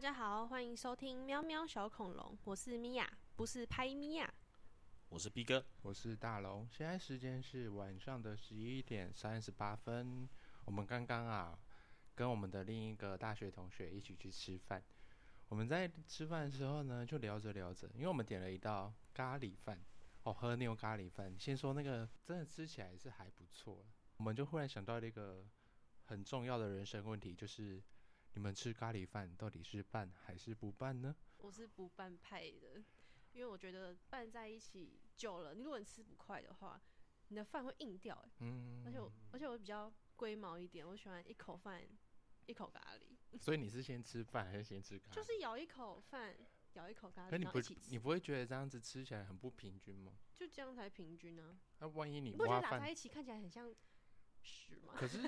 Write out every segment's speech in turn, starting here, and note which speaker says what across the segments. Speaker 1: 家好，欢迎收听《喵喵小恐龙》，我是米娅，不是拍米娅。
Speaker 2: 我是 B 哥，
Speaker 3: 我是大龙，现在时间是晚上的十一点三十八分。我们刚刚啊，跟我们的另一个大学同学一起去吃饭。我们在吃饭的时候呢，就聊着聊着，因为我们点了一道咖喱饭，哦，和牛咖喱饭。先说那个真的吃起来是还不错，我们就忽然想到了一个很重要的人生问题，就是你们吃咖喱饭到底是拌还是不拌呢？
Speaker 1: 我是不拌派的，因为我觉得拌在一起久了，你如果你吃不快的话，你的饭会硬掉、欸。
Speaker 3: 嗯
Speaker 1: 而，且我，而且我比较龟毛一点，我喜欢一口饭一口咖喱，
Speaker 3: 所以你是先吃饭还是先吃咖喱？
Speaker 1: 就是咬一口饭，咬一口咖
Speaker 3: 啊可
Speaker 1: 喱，
Speaker 3: 你
Speaker 1: 然
Speaker 3: 不
Speaker 1: 后一起
Speaker 3: 你
Speaker 1: 吃，
Speaker 3: 不会觉得这样子吃起来很不平均吗？
Speaker 1: 就这样才平均啊。
Speaker 3: 那、万一你
Speaker 1: 你不觉
Speaker 3: 挖
Speaker 1: 得打在
Speaker 3: 饭，
Speaker 1: 一起看起来很像屎吗？
Speaker 3: 可 是，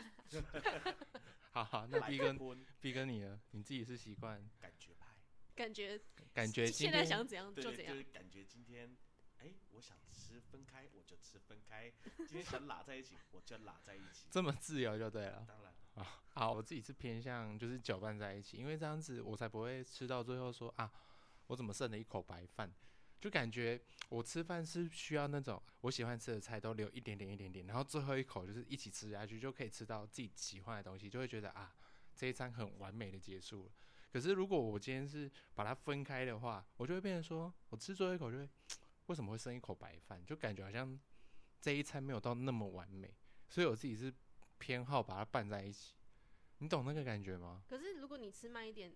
Speaker 3: 好好，那 B 跟
Speaker 2: 婚
Speaker 3: B 跟你呢？你自己是习惯
Speaker 2: 感觉派，
Speaker 1: 感觉
Speaker 3: 感觉今
Speaker 1: 现在
Speaker 3: 天
Speaker 1: 想怎样就怎
Speaker 2: 对，就
Speaker 1: 样。
Speaker 2: 是感觉今天，哎，我想吃分开我就吃分开，今天想拉在一起我就拉在一起。
Speaker 3: 这么自由就对了。
Speaker 2: 当然，
Speaker 3: 好，啊我自己是偏向就是搅拌在一起，因为这样子我才不会吃到最后说啊，我怎么剩了一口白饭？就感觉我吃饭是需要那种我喜欢吃的菜都留一点点一点点，然后最后一口就是一起吃下去，就可以吃到自己喜欢的东西，就会觉得啊，这一餐很完美的结束了。可是如果我今天是把它分开的话，我就会变成说我吃最后一口就会为什么会剩一口白饭，就感觉好像这一餐没有到那么完美，所以我自己是偏好把它拌在一起。你懂那个感觉吗？
Speaker 1: 可是如果你吃慢一点，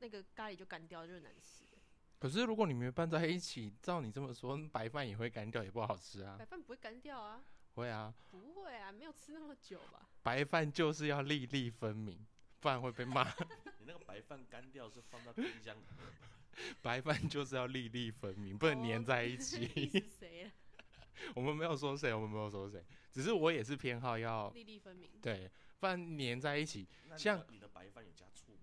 Speaker 1: 那个咖喱就干掉，就是难吃。
Speaker 3: 可是如果你没拌在一起，照你这么说，白饭也会干掉，也不好吃啊
Speaker 1: 白。饭不会干掉啊，
Speaker 3: 会啊，
Speaker 1: 不会啊，没有吃那么久吧？
Speaker 3: 白饭就是要粒粒分明，不然会被骂。
Speaker 2: 你那个白饭干掉是放到冰箱里，
Speaker 3: 白饭就是要粒粒分明，不能粘在 一
Speaker 1: 意
Speaker 3: 起。
Speaker 1: 思谁啊？
Speaker 3: 我们没有说谁，我们没有说谁，只是我也是偏好要
Speaker 1: 粒粒分明。
Speaker 3: 哦对，不然粘在一起。
Speaker 2: 那你
Speaker 3: 像
Speaker 2: 的你的白饭有加醋吗？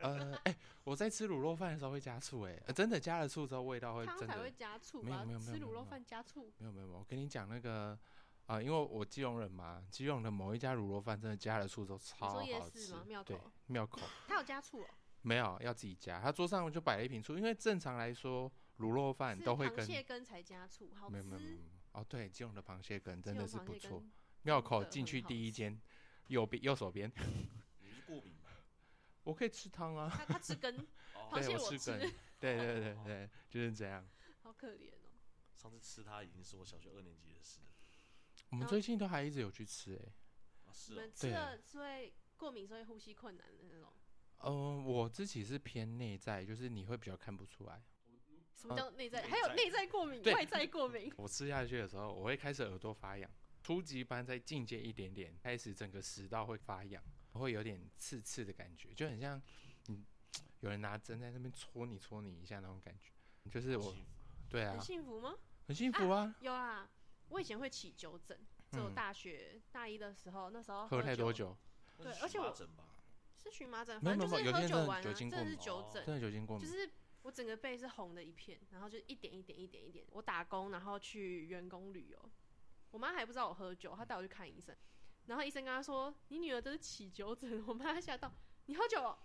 Speaker 3: 呃，哎、我在吃卤肉饭的时候会加醋、哎、呃真的加了醋之后味道会
Speaker 1: 汤
Speaker 3: 真
Speaker 1: 才
Speaker 3: 的
Speaker 1: 会加醋
Speaker 3: 没有
Speaker 1: 吧？
Speaker 3: 没有没有
Speaker 1: 吃卤
Speaker 3: 没
Speaker 1: 肉
Speaker 3: 有
Speaker 1: 饭加醋，
Speaker 3: 没有没有没有，我跟你讲那个啊、因为我基隆人嘛，基隆的某一家卤肉饭真的加了醋之后超好
Speaker 1: 说
Speaker 3: 吃。
Speaker 1: 夜市吗庙口
Speaker 3: 对，庙口
Speaker 1: 它有加醋哦，
Speaker 3: 没有要自己加，他桌上就摆了一瓶醋，因为正常来说卤肉饭
Speaker 1: 是
Speaker 3: 都会
Speaker 1: 螃
Speaker 3: 跟
Speaker 1: 蟹羹才加醋，好
Speaker 3: 没
Speaker 1: 吃。
Speaker 3: 有没有没有没有哦，对，基隆的螃蟹羹真的是
Speaker 1: 只有
Speaker 3: 不
Speaker 1: 螃蟹
Speaker 3: 错
Speaker 1: 羹。，
Speaker 3: 庙口
Speaker 1: 真的
Speaker 3: 进去
Speaker 1: 很好
Speaker 3: 第一间，右边右手边，
Speaker 2: 你是过敏吗？
Speaker 3: 我可以吃汤啊，
Speaker 1: 它它吃羹， 螃
Speaker 2: 哦，
Speaker 3: 对
Speaker 1: 蟹
Speaker 3: 我
Speaker 1: 我
Speaker 3: 吃
Speaker 1: 吃
Speaker 3: 羹，对对对对，就是这样。
Speaker 1: 好可怜 哦。
Speaker 2: 上次吃它已经是我小学二年级的事了。
Speaker 3: 我们
Speaker 1: 然后
Speaker 3: 最近都还一直有去吃哎、
Speaker 2: 啊，
Speaker 1: 你
Speaker 2: 是哦
Speaker 1: 们，吃
Speaker 3: 对
Speaker 1: 了是会过敏，是会呼吸困难的那种。
Speaker 3: 嗯、我自己是偏内在，就是你会比较看不出来。
Speaker 1: 什么叫内在？
Speaker 2: 内
Speaker 1: 还有
Speaker 2: 在
Speaker 1: 内在过敏、
Speaker 3: 嗯 对
Speaker 1: 外在过敏。
Speaker 3: 我吃下去的时候，我会开始耳朵发痒，初级班再进阶一点点，开始整个食道会发痒，会有点刺刺的感觉，就很像嗯，有人拿针在那边戳你戳你一下那种感觉。就是
Speaker 2: 好
Speaker 3: 我
Speaker 2: 幸，福
Speaker 3: 对啊
Speaker 1: 很，幸福吗？
Speaker 3: 很幸福啊，
Speaker 1: 有啦，我以前会起酒疹，只有
Speaker 3: 嗯
Speaker 1: 大学大一的时候，那时候
Speaker 3: 喝
Speaker 1: 啊喝
Speaker 3: 太
Speaker 1: 酒
Speaker 3: 多酒，
Speaker 2: 那是
Speaker 1: 对而且
Speaker 2: 荨麻
Speaker 1: 我
Speaker 2: 疹吧，
Speaker 1: 是荨麻疹，
Speaker 3: 没有
Speaker 1: 反正就
Speaker 3: 没有
Speaker 1: 是
Speaker 3: 有
Speaker 1: 喝
Speaker 3: 些
Speaker 1: 酒
Speaker 3: 人
Speaker 1: 完啊，
Speaker 3: 酒精
Speaker 1: 真
Speaker 3: 过
Speaker 1: 的是
Speaker 2: 敏
Speaker 1: 酒
Speaker 2: 哦
Speaker 1: 疹，
Speaker 3: 真的酒精过
Speaker 1: 就
Speaker 3: 敏。
Speaker 1: 是我整个背是红的一片，然后就一点一点一点一点。我打工，然后去员工旅游，我妈还不知道我喝酒，她带我去看医生，然后医生跟她说：“你女儿这是起酒疹。”我妈吓到，你喝酒 哦、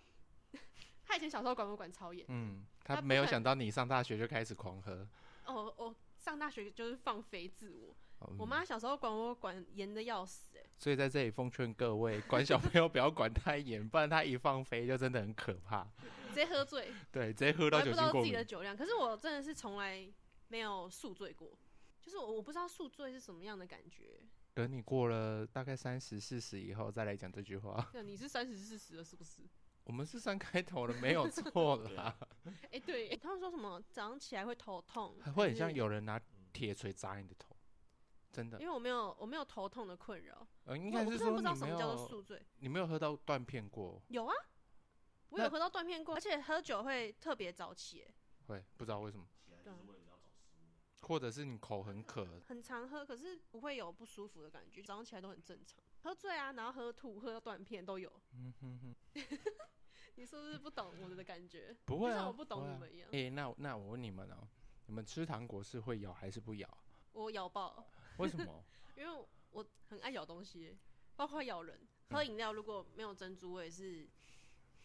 Speaker 1: 她以前小时候管我管超严，
Speaker 3: 嗯，
Speaker 1: 他
Speaker 3: 他
Speaker 1: 不
Speaker 3: 没有
Speaker 1: 肯
Speaker 3: 想到你上大学就开始狂喝。
Speaker 1: 哦，我上大学就是放飞自我。
Speaker 3: 嗯
Speaker 1: 我妈小时候管我管严的要死、欸，
Speaker 3: 所以在这里奉劝各位，管小朋友不要管太严，不然他一放飞就真的很可怕。
Speaker 1: 直接喝醉，
Speaker 3: 对，直接喝
Speaker 1: 我
Speaker 3: 到
Speaker 1: 也不
Speaker 3: 酒
Speaker 1: 知
Speaker 3: 精
Speaker 1: 道
Speaker 3: 过
Speaker 1: 自己
Speaker 3: 敏
Speaker 1: 的。酒量，可是我真的是从来没有宿醉过，就是我我不知道宿醉是什么样的感觉。
Speaker 3: 等你过了大概三十、四十以后再来讲这句话。
Speaker 1: 对，啊你是三十四十了是不是？
Speaker 3: 我们是三开头的，没有 错
Speaker 2: 对
Speaker 3: 啦
Speaker 2: 啊，
Speaker 1: 哎、对、他们说什么早上起来会头痛，
Speaker 3: 还会很像
Speaker 1: 还是，
Speaker 3: 有人拿铁锤砸你的头，真的。
Speaker 1: 嗯因为我没有我没有头痛的困扰，
Speaker 3: 呃，应
Speaker 1: 我
Speaker 3: 该
Speaker 1: 我
Speaker 3: 是
Speaker 1: 真的
Speaker 3: 说
Speaker 1: 不知道
Speaker 3: 你
Speaker 1: 什
Speaker 3: 没
Speaker 1: 么叫做
Speaker 3: 有，
Speaker 1: 宿醉，
Speaker 3: 你没有喝到断片过，
Speaker 1: 有啊，我有
Speaker 3: 那
Speaker 1: 喝到断片过，而且喝酒会特别早起、哎
Speaker 3: 会不知道为什么，
Speaker 2: 起来
Speaker 1: 对
Speaker 2: 就
Speaker 1: 啊
Speaker 2: 是为了要找食物。
Speaker 3: 或者是你口很渴，
Speaker 1: 很常喝，可是不会有不舒服的感觉，早上起来都很正常，喝醉啊，然后喝吐，喝到断片都有，
Speaker 3: 嗯
Speaker 1: 你是不是不懂我的感觉？
Speaker 3: 不会
Speaker 1: 就
Speaker 3: 啊，
Speaker 1: 像我不懂
Speaker 3: 会
Speaker 1: 你
Speaker 3: 啊
Speaker 1: 们一样，
Speaker 3: 诶，那那我问你们哦，你们吃糖果是会咬还是不咬？啊
Speaker 1: 我咬爆，
Speaker 3: 为什么？
Speaker 1: 因为我很爱咬东西，包括咬人。喝饮料如果没有珍珠，我也是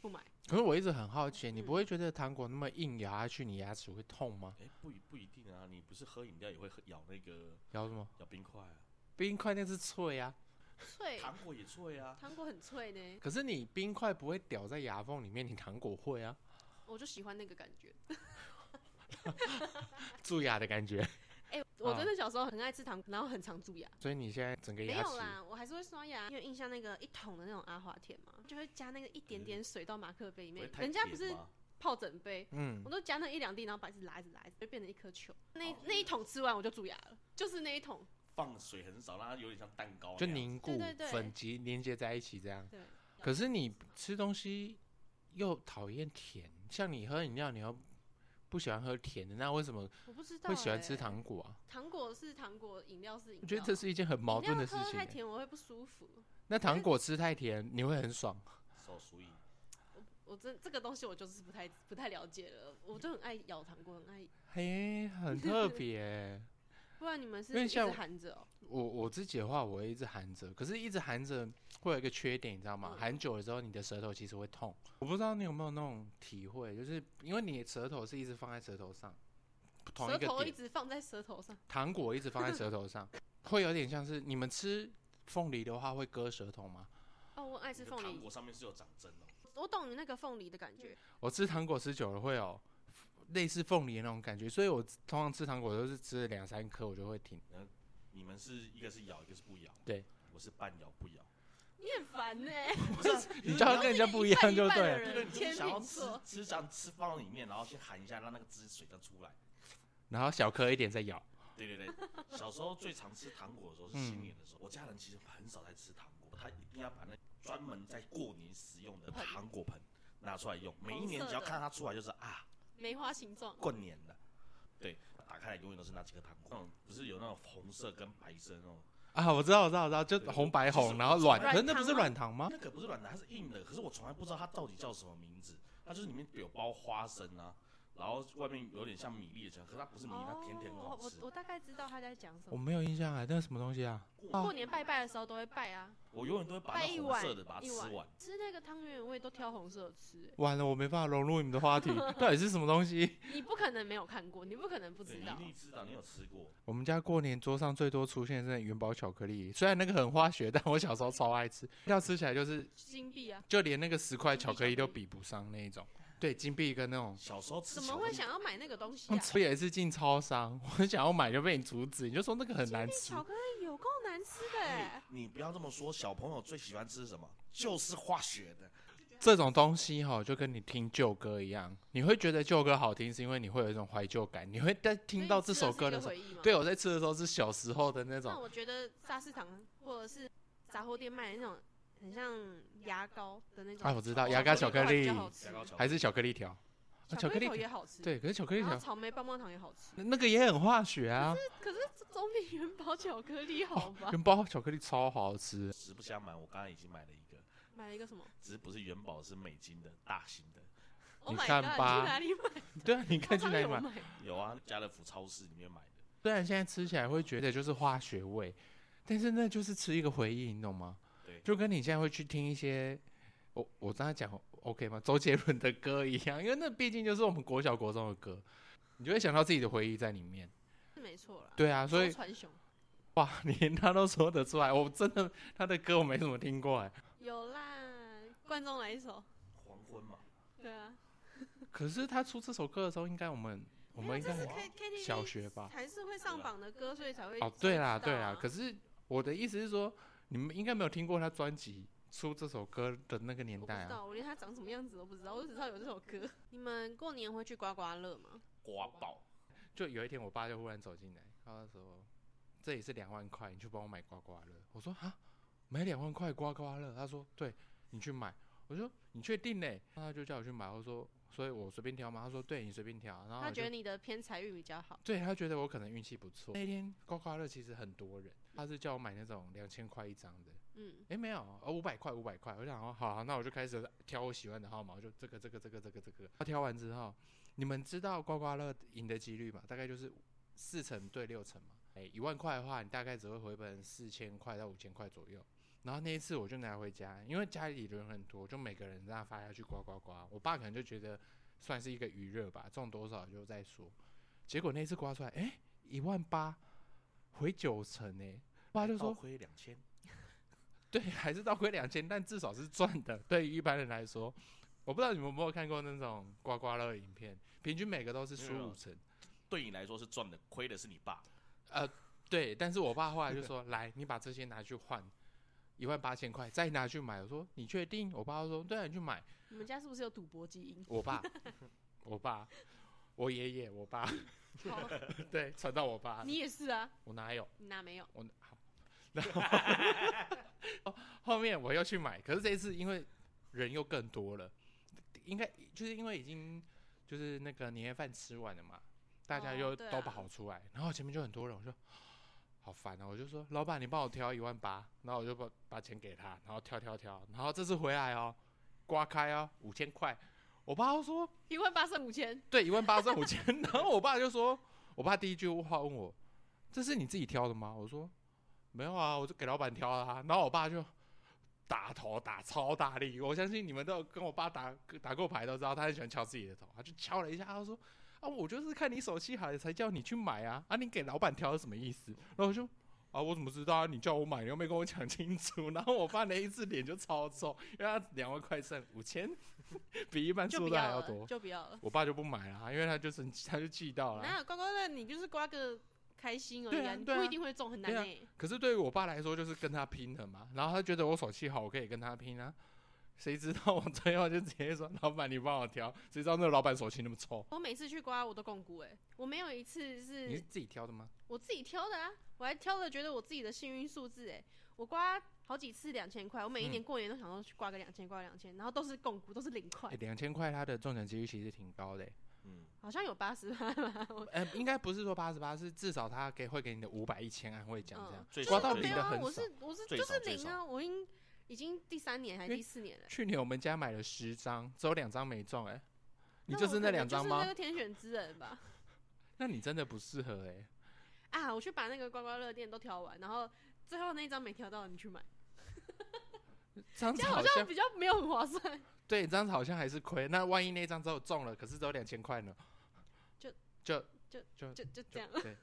Speaker 1: 不不买。
Speaker 3: 可是我一直很好奇，你
Speaker 1: 嗯
Speaker 3: 不会觉得糖果那么硬咬下去，你牙齿会痛吗？
Speaker 2: 哎，不一不一定啊，你不是喝饮料也会喝咬那个
Speaker 3: 咬什么？
Speaker 2: 咬冰块啊，
Speaker 3: 冰块那是脆啊，
Speaker 1: 脆，
Speaker 2: 糖果也脆啊。
Speaker 1: 糖果很脆呢，
Speaker 3: 可是你冰块不会掉在牙缝里面，你糖果会啊，
Speaker 1: 我就喜欢那个感觉。
Speaker 3: 蛀牙的感觉。
Speaker 1: 哎、我
Speaker 3: 啊
Speaker 1: 真的小时候很爱吃糖，然后很常蛀牙。
Speaker 3: 所以你现在整个
Speaker 1: 没
Speaker 3: 牙
Speaker 1: 有
Speaker 3: 齿，
Speaker 1: 啦，我还是会刷牙。你有印象那个一桶的那种阿华田嘛，就会加那个一点点水到马克杯里
Speaker 2: 不会
Speaker 1: 面。
Speaker 2: 太
Speaker 1: 人家不
Speaker 2: 甜
Speaker 1: 是
Speaker 2: 吗
Speaker 1: 泡整杯，
Speaker 3: 嗯
Speaker 1: 我，都加那一两滴，然后把一直拉一直拉，一直就变成一颗球。那
Speaker 2: 哦
Speaker 1: 那一桶吃完我就蛀牙了，就是那一桶。
Speaker 2: 放水很少，让它有点像蛋糕那样，
Speaker 3: 就凝固
Speaker 1: 对对
Speaker 3: 粉集连接在一起这样。
Speaker 1: 对，
Speaker 3: 可是你吃东西又讨厌甜，像你喝饮料，你又不喜欢喝甜的，那为什么
Speaker 1: 我不知道、
Speaker 3: 会喜欢
Speaker 1: 欸
Speaker 3: 吃。糖果啊？
Speaker 1: 糖果是糖果，饮料是饮料。
Speaker 3: 我觉得这是一件很矛盾的事
Speaker 1: 饮料喝
Speaker 3: 情
Speaker 1: 太
Speaker 3: 欸。
Speaker 1: 甜我会不舒服。
Speaker 3: 那糖果吃太甜，你会很爽。
Speaker 2: 手熟饮。
Speaker 1: 我真这个东西我就是不太不太了解了，我就很爱咬糖果，很爱。
Speaker 3: 嘿，很特别欸。
Speaker 1: 不然你们是
Speaker 3: 因为
Speaker 1: 一直
Speaker 3: 像
Speaker 1: 含着哦、
Speaker 3: 我我自己的话，我会一直含着，可是一直含着会有一个缺点，你知道吗？
Speaker 1: 嗯
Speaker 3: 含久了之后，你的舌头其实会痛。我不知道你有没有那种体会，就是因为你的舌头是一直放在舌头上，同一
Speaker 1: 舌
Speaker 3: 个
Speaker 1: 头一
Speaker 3: 点，
Speaker 1: 直放在舌头上。
Speaker 3: 糖果一直放在舌头上，会有点像是你们吃凤梨的话会割舌头吗？
Speaker 1: 哦，我爱
Speaker 2: 你
Speaker 1: 吃
Speaker 2: 的
Speaker 1: 凤
Speaker 2: 糖
Speaker 1: 梨，
Speaker 2: 果上面是有长针哦，
Speaker 1: 我懂你那个凤梨的感觉。
Speaker 3: 我吃糖果吃久了会有类似凤梨的那种感觉，所以我通常吃糖果都是吃了两三颗我就会停。
Speaker 2: 你们是一个是咬，一个是不咬。
Speaker 3: 对，
Speaker 2: 我是半咬不咬。
Speaker 1: 你很烦欸呢、
Speaker 2: 不是啊，
Speaker 3: 你就要跟人家不一样就对 了，
Speaker 2: 对对，你就是
Speaker 1: 天
Speaker 2: 想要
Speaker 1: 秤
Speaker 2: 吃
Speaker 1: 座，
Speaker 2: 吃想吃放到里面，然后先含一下，让那个汁水再出来。
Speaker 3: 然后小颗一点再咬。
Speaker 2: 对对对，小时候最常吃糖果的时候是新年的时候，我家人其实很少在吃糖果，他一定要把那专门在过年使用的糖果盆拿出来用，每一年只要看它出来就是啊，
Speaker 1: 梅花形状，
Speaker 2: 过年了。对，打开来永远都是那几个糖果，那种不是有那种红色跟白色那种，
Speaker 3: 啊，我知道，我知道，我知道，就
Speaker 2: 对
Speaker 3: 红白
Speaker 2: 就是
Speaker 3: 红，然后软，
Speaker 1: 软
Speaker 3: 可是那
Speaker 1: 糖
Speaker 3: 不是
Speaker 1: 吗
Speaker 3: 软糖吗？
Speaker 2: 那个不是软的，它是硬的，可是我从来不知道它到底叫什么名字。它就是里面有包花生啊，然后外面有点像米粒的成分，可是它不是米，它甜甜很好
Speaker 1: 哦，我
Speaker 2: 吃。
Speaker 1: 我大概知道他在讲什
Speaker 3: 我
Speaker 1: 么。
Speaker 3: 没有印象啊，那是什么东西啊？啊
Speaker 1: 过年拜拜的时候都会拜啊，
Speaker 2: 我永远都会把那
Speaker 1: 掰一
Speaker 2: 红
Speaker 1: 碗
Speaker 2: 色的把它
Speaker 1: 一
Speaker 2: 吃
Speaker 1: 碗
Speaker 2: 完。
Speaker 1: 吃那个汤圆我也都挑红色的吃、欸
Speaker 3: 完了，我没办法融入你们的话 题，到底是什么东西？
Speaker 1: 你不可能没有看过，你不可能不
Speaker 2: 对，
Speaker 1: 知
Speaker 2: 你一
Speaker 1: 道。
Speaker 2: 定知道，你有吃过。
Speaker 3: 我们家过年桌上最多出现的是元宝巧克力，虽然那个很化学，但我小时候超爱吃，要吃起来就是
Speaker 1: 金币啊，
Speaker 3: 就连那个十块
Speaker 1: 金币
Speaker 3: 巧克力
Speaker 1: 巧克
Speaker 3: 都
Speaker 1: 力
Speaker 3: 比不上那一种。对，金币跟那种，
Speaker 2: 小时候吃
Speaker 1: 怎
Speaker 2: 巧
Speaker 1: 么
Speaker 2: 克
Speaker 1: 会
Speaker 2: 力
Speaker 1: 想要买那个东西
Speaker 3: 我
Speaker 1: 啊？
Speaker 3: 有一次进超商， 我想要买就被你阻止，你就说那个很难吃
Speaker 1: 巧。克力有够难吃的、欸，
Speaker 2: 你你不要这么说，小朋友最喜欢吃什么？就是化学的。
Speaker 3: 这种东西哈、就跟你听旧歌一样，你会觉得旧歌好听，是因为你会有一种怀旧感，你会在听到这首歌的时候
Speaker 1: 所。以你吃的是一个回忆吗？
Speaker 3: 对，我在吃的时候是小时候的那
Speaker 1: 那
Speaker 3: 种，
Speaker 1: 我觉得沙士糖或者是杂货店卖的那种很像牙膏的那种，
Speaker 3: 啊，我知道
Speaker 2: 哦
Speaker 3: 牙膏巧克
Speaker 1: 比
Speaker 3: 力
Speaker 1: 较好吃
Speaker 2: 牙，膏巧克
Speaker 3: 还
Speaker 2: 力
Speaker 3: 是巧克力条，啊巧
Speaker 1: 巧
Speaker 3: 克
Speaker 1: 克
Speaker 3: 力
Speaker 1: 力头也好吃，，
Speaker 3: 对，可是巧啊克力
Speaker 1: 然后
Speaker 3: 条
Speaker 1: 草莓棒棒糖也好吃。
Speaker 3: 那那个也很化学啊，
Speaker 1: 可是这总比元宝巧克力好吧？
Speaker 3: 元宝巧克力超好吃，
Speaker 2: 实不相瞒，我刚才已经买了一个，
Speaker 1: 买了一个什么
Speaker 2: 只是不是元宝，是美金的大型的。
Speaker 1: ？Oh
Speaker 3: 你
Speaker 1: my
Speaker 3: 看
Speaker 1: god！你
Speaker 3: 吧
Speaker 1: 去哪里买？
Speaker 3: 对啊， 你看去哪里买？
Speaker 1: 买？
Speaker 2: 有啊，家乐福超市里面买的。
Speaker 3: 虽然现在吃起来会觉得就是化学味，但是那就是吃一个回忆，你懂吗？
Speaker 2: 对
Speaker 3: 就跟你现在会去听一些，我我刚才讲 OK 吗？周杰伦的歌一样，因为那毕竟就是我们国小国中的歌，你就会想到自己的回忆在里面。
Speaker 1: 是没错啦。
Speaker 3: 对啊，所以
Speaker 1: 周传雄
Speaker 3: 哇，你连他都说得出来，我真的他的歌我没怎么听过哎。
Speaker 1: 有啦，观众来一首。
Speaker 2: 黄昏嘛，
Speaker 1: 对啊，
Speaker 3: 可是他出这首歌的时候，应该我们我
Speaker 1: 没有
Speaker 3: 们应
Speaker 1: 哎这
Speaker 3: 该
Speaker 1: 是
Speaker 3: 很
Speaker 1: K K T V
Speaker 3: 小学吧？
Speaker 1: 还是会上榜的歌，所以才会
Speaker 3: 啊哦，对啦
Speaker 1: 才知
Speaker 3: 对
Speaker 1: 道
Speaker 3: 啦
Speaker 1: 啊。，
Speaker 3: 可是我的意思是说，你们应该没有听过他专辑出这首歌的那个年
Speaker 1: 我不
Speaker 3: 代
Speaker 1: 知
Speaker 3: 啊。
Speaker 1: 道，我连他长什么样子都不知道，我只知道有这首歌。你们过年会去刮刮乐吗？
Speaker 2: 刮爆。
Speaker 3: 就有一天，我爸就忽然走进来，他就说：“这里是两万块，你去帮我买刮刮乐。”我说：“啊，买两万块刮刮乐？”他说：“对，你去买。”我说：“你确定呢？”他就叫我去买。我说：“所以我随便挑吗？”他说：“对，你随便挑。”然
Speaker 1: 他
Speaker 3: 后啊我就
Speaker 1: 觉得你的偏财运比较好，
Speaker 3: 对他觉得我可能运气不错。那一天刮刮乐其实很多人，他是叫我买那种两千块一张的，
Speaker 1: 嗯，
Speaker 3: 诶，没有，呃五百块五百块。我想说好、啊，那我就开始挑我喜欢的号码，我就这个这个这个这个这个。他挑完之后，你们知道刮刮乐赢的几率嘛？大概就是四成对六成嘛。诶，一万块的话，你大概只会回本四千块到五千块左右。然后那一次我就拿回家，因为家里人很多，就每个人让他发下去刮刮刮。我爸可能就觉得算是一个余热吧，中多少就再说。结果那一次刮出来，哎，一万八，回九成哎，我爸就
Speaker 2: 倒
Speaker 3: 说
Speaker 2: 亏两千，
Speaker 3: 对，还是倒亏两千，但至少是赚的。对于一般人来说，我不知道你们有没有看过那种刮刮乐影片，平均每个都是
Speaker 2: 没有
Speaker 3: 输五成。
Speaker 2: 对你来说是赚的，亏的是你爸。
Speaker 3: 对，但是我爸后来 就说：“来，你把这些拿去换一万八千块，再拿去买。”我说：“你确定？”我爸说：“对啊，你去买。
Speaker 1: 你们家是不是有赌博基因”？
Speaker 3: 我爸，我爸，我爷爷，我爸，
Speaker 1: 好，
Speaker 3: 对，啊传到我爸，
Speaker 1: 你也是啊，
Speaker 3: 我哪有？
Speaker 1: 你哪没有？
Speaker 3: 我好，然后哦后面我又去买，可是这一次因为人又更多了，应该就是因为已经就是那个年夜饭吃完了嘛，大家
Speaker 1: 哦
Speaker 3: 又
Speaker 1: 对
Speaker 3: 都
Speaker 1: 啊
Speaker 3: 跑出来，然后前面就很多人，我就好烦啊，我就说老板你帮我挑一万八，然后我就把把钱给他，然后挑挑挑，然后这次回来哦，刮开哦五千块，我爸就说
Speaker 1: 一万八剩五 千，
Speaker 3: 对，一万八剩五千。然后我爸就说，我爸第一句话问我，这是你自己挑的吗？我说没有啊，我就给老板挑的啊。然后我爸就打头打超大力，我相信你们都有跟我爸打打过牌都知道，他很喜欢敲自己的头，他就敲了一下，他说啊，我就是看你手气好才叫你去买啊，啊，你给老板挑是什么意思？然后我就。啊，我怎么知道啊？你叫我买，你又没跟我讲清楚。然后我爸那一次脸就超臭，因为他两万块剩五千， 比一般
Speaker 1: 就
Speaker 3: 输
Speaker 1: 不
Speaker 3: 的还
Speaker 1: 要
Speaker 3: 要
Speaker 1: 了，
Speaker 3: 多。
Speaker 1: 就不要了。
Speaker 3: 我爸就不买了啊，因为他就是 他就气到了啊。
Speaker 1: 哪有刮刮乐？你就是刮个开心而已
Speaker 3: 对啊
Speaker 1: 你
Speaker 3: 对啊
Speaker 1: 不一定会中，很难欸
Speaker 3: 对啊
Speaker 1: 呢。
Speaker 3: 可是对于我爸来说，就是跟他拼的嘛。然后他觉得我手气好，我可以跟他拼啊。谁知道我最后就直接说：“老板，你帮我挑。”谁知道那个老板手气那么臭？
Speaker 1: 我每次去刮我都共估，哎，我没有一次
Speaker 3: 你是
Speaker 1: 是
Speaker 3: 自己挑的吗？
Speaker 1: 我自己挑的啊，我还挑了觉得我自己的幸运数字，哎，我刮好几次两千块，我每
Speaker 3: 嗯
Speaker 1: 一年过年都想要去刮个两千，刮两千，然后都是共估，都是零块
Speaker 3: 哎、，两千块，他的中奖几率其实挺高的欸、
Speaker 2: 嗯，
Speaker 1: 好像有八十吧，我
Speaker 3: 呃，应该不是说八十八，是至少他给会给你的五百、一千安慰奖这样
Speaker 1: 嗯。
Speaker 2: 最少
Speaker 3: 刮到
Speaker 2: 最
Speaker 1: 没
Speaker 3: 零
Speaker 1: 有
Speaker 3: 的
Speaker 2: 少
Speaker 1: 啊，
Speaker 3: 很
Speaker 1: 我
Speaker 3: 少
Speaker 1: 是我是
Speaker 2: 最
Speaker 1: 就
Speaker 2: 少
Speaker 1: 是
Speaker 2: 最
Speaker 1: 零啊，我已经已经第三年还是第四年了。
Speaker 3: 去年我们家买了十张，只有两张没中、欸，哎，你
Speaker 1: 我
Speaker 3: 就是
Speaker 1: 可能
Speaker 3: 两张吗？
Speaker 1: 就是那个天选之人吧。
Speaker 3: 那你真的不适合哎、
Speaker 1: 啊，我去把那个刮刮乐店都挑完，然后最后那一张没挑到，你去买，
Speaker 3: 这样
Speaker 1: 这
Speaker 3: 子
Speaker 1: 样好
Speaker 3: 好
Speaker 1: 像
Speaker 3: 像
Speaker 1: 比较没有很划 算。
Speaker 3: 对，这样子好像还是亏。那万一那张之后中了，可是只有两千块呢？
Speaker 1: 就
Speaker 3: 就
Speaker 1: 就
Speaker 3: 就
Speaker 1: 就就这样，
Speaker 3: 就对，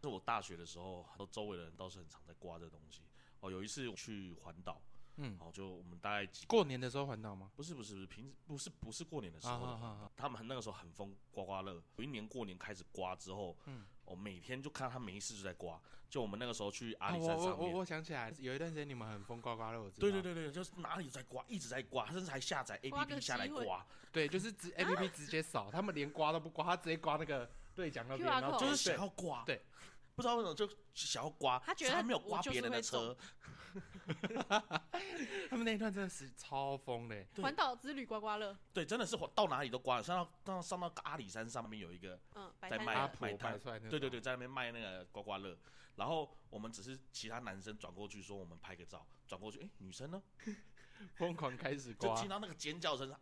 Speaker 2: 是我大学的时候，很多周围的人倒是很常在刮这东西。哦，有一次我去环岛，
Speaker 3: 嗯，
Speaker 2: 哦，就我们大概几
Speaker 3: 过年的时候还到吗？
Speaker 2: 不是不是不是平时不是不是过年的时
Speaker 3: 啊
Speaker 2: 候的
Speaker 3: 啊啊！啊
Speaker 2: 他们那个时候很疯刮刮乐，有一年过年开始刮之后，
Speaker 3: 嗯
Speaker 2: 哦，每天就看他没事就在刮。就我们那个时候去阿
Speaker 3: 啊
Speaker 2: 里
Speaker 3: 我
Speaker 2: 山
Speaker 3: 我
Speaker 2: 上
Speaker 3: 我
Speaker 2: 面，
Speaker 3: 我想起来，有一段时间你们很疯刮刮乐，我知道。
Speaker 2: 对对对对，就是哪里在刮，一直在刮，甚至还下载
Speaker 1: 刮个
Speaker 2: APP 下来
Speaker 1: 机会
Speaker 2: 刮，
Speaker 3: 对，就是 直 A P P 直接扫，他们连刮都不刮，他直接刮那个兑奖那边，
Speaker 1: QR
Speaker 3: 然后
Speaker 1: 哦
Speaker 2: 就
Speaker 1: 对
Speaker 2: 是想要刮，
Speaker 3: 对，
Speaker 2: 不知道为什么就想要刮，
Speaker 1: 他觉得
Speaker 2: 所以他没有
Speaker 1: 我
Speaker 2: 刮
Speaker 1: 就是
Speaker 2: 别人的
Speaker 1: 会中
Speaker 2: 车，
Speaker 3: 他们那一段真的是超疯的欸。
Speaker 2: 对
Speaker 1: 环岛之旅刮刮乐，
Speaker 2: 对，真的是到哪里都刮，上到到上到阿里山上面有一个
Speaker 1: 嗯，摆
Speaker 2: 在
Speaker 1: 摊
Speaker 2: 卖
Speaker 3: 阿
Speaker 1: 的
Speaker 3: 婆
Speaker 2: 哎买它
Speaker 3: 摆出来那，
Speaker 2: 对对对，，在那边卖那个刮刮乐，然后我们只是其他男生转过去说我们拍个照，转过去，哎、女生呢？
Speaker 3: 疯狂开始
Speaker 2: 就
Speaker 3: 刮
Speaker 2: 听。到那个尖叫声啊，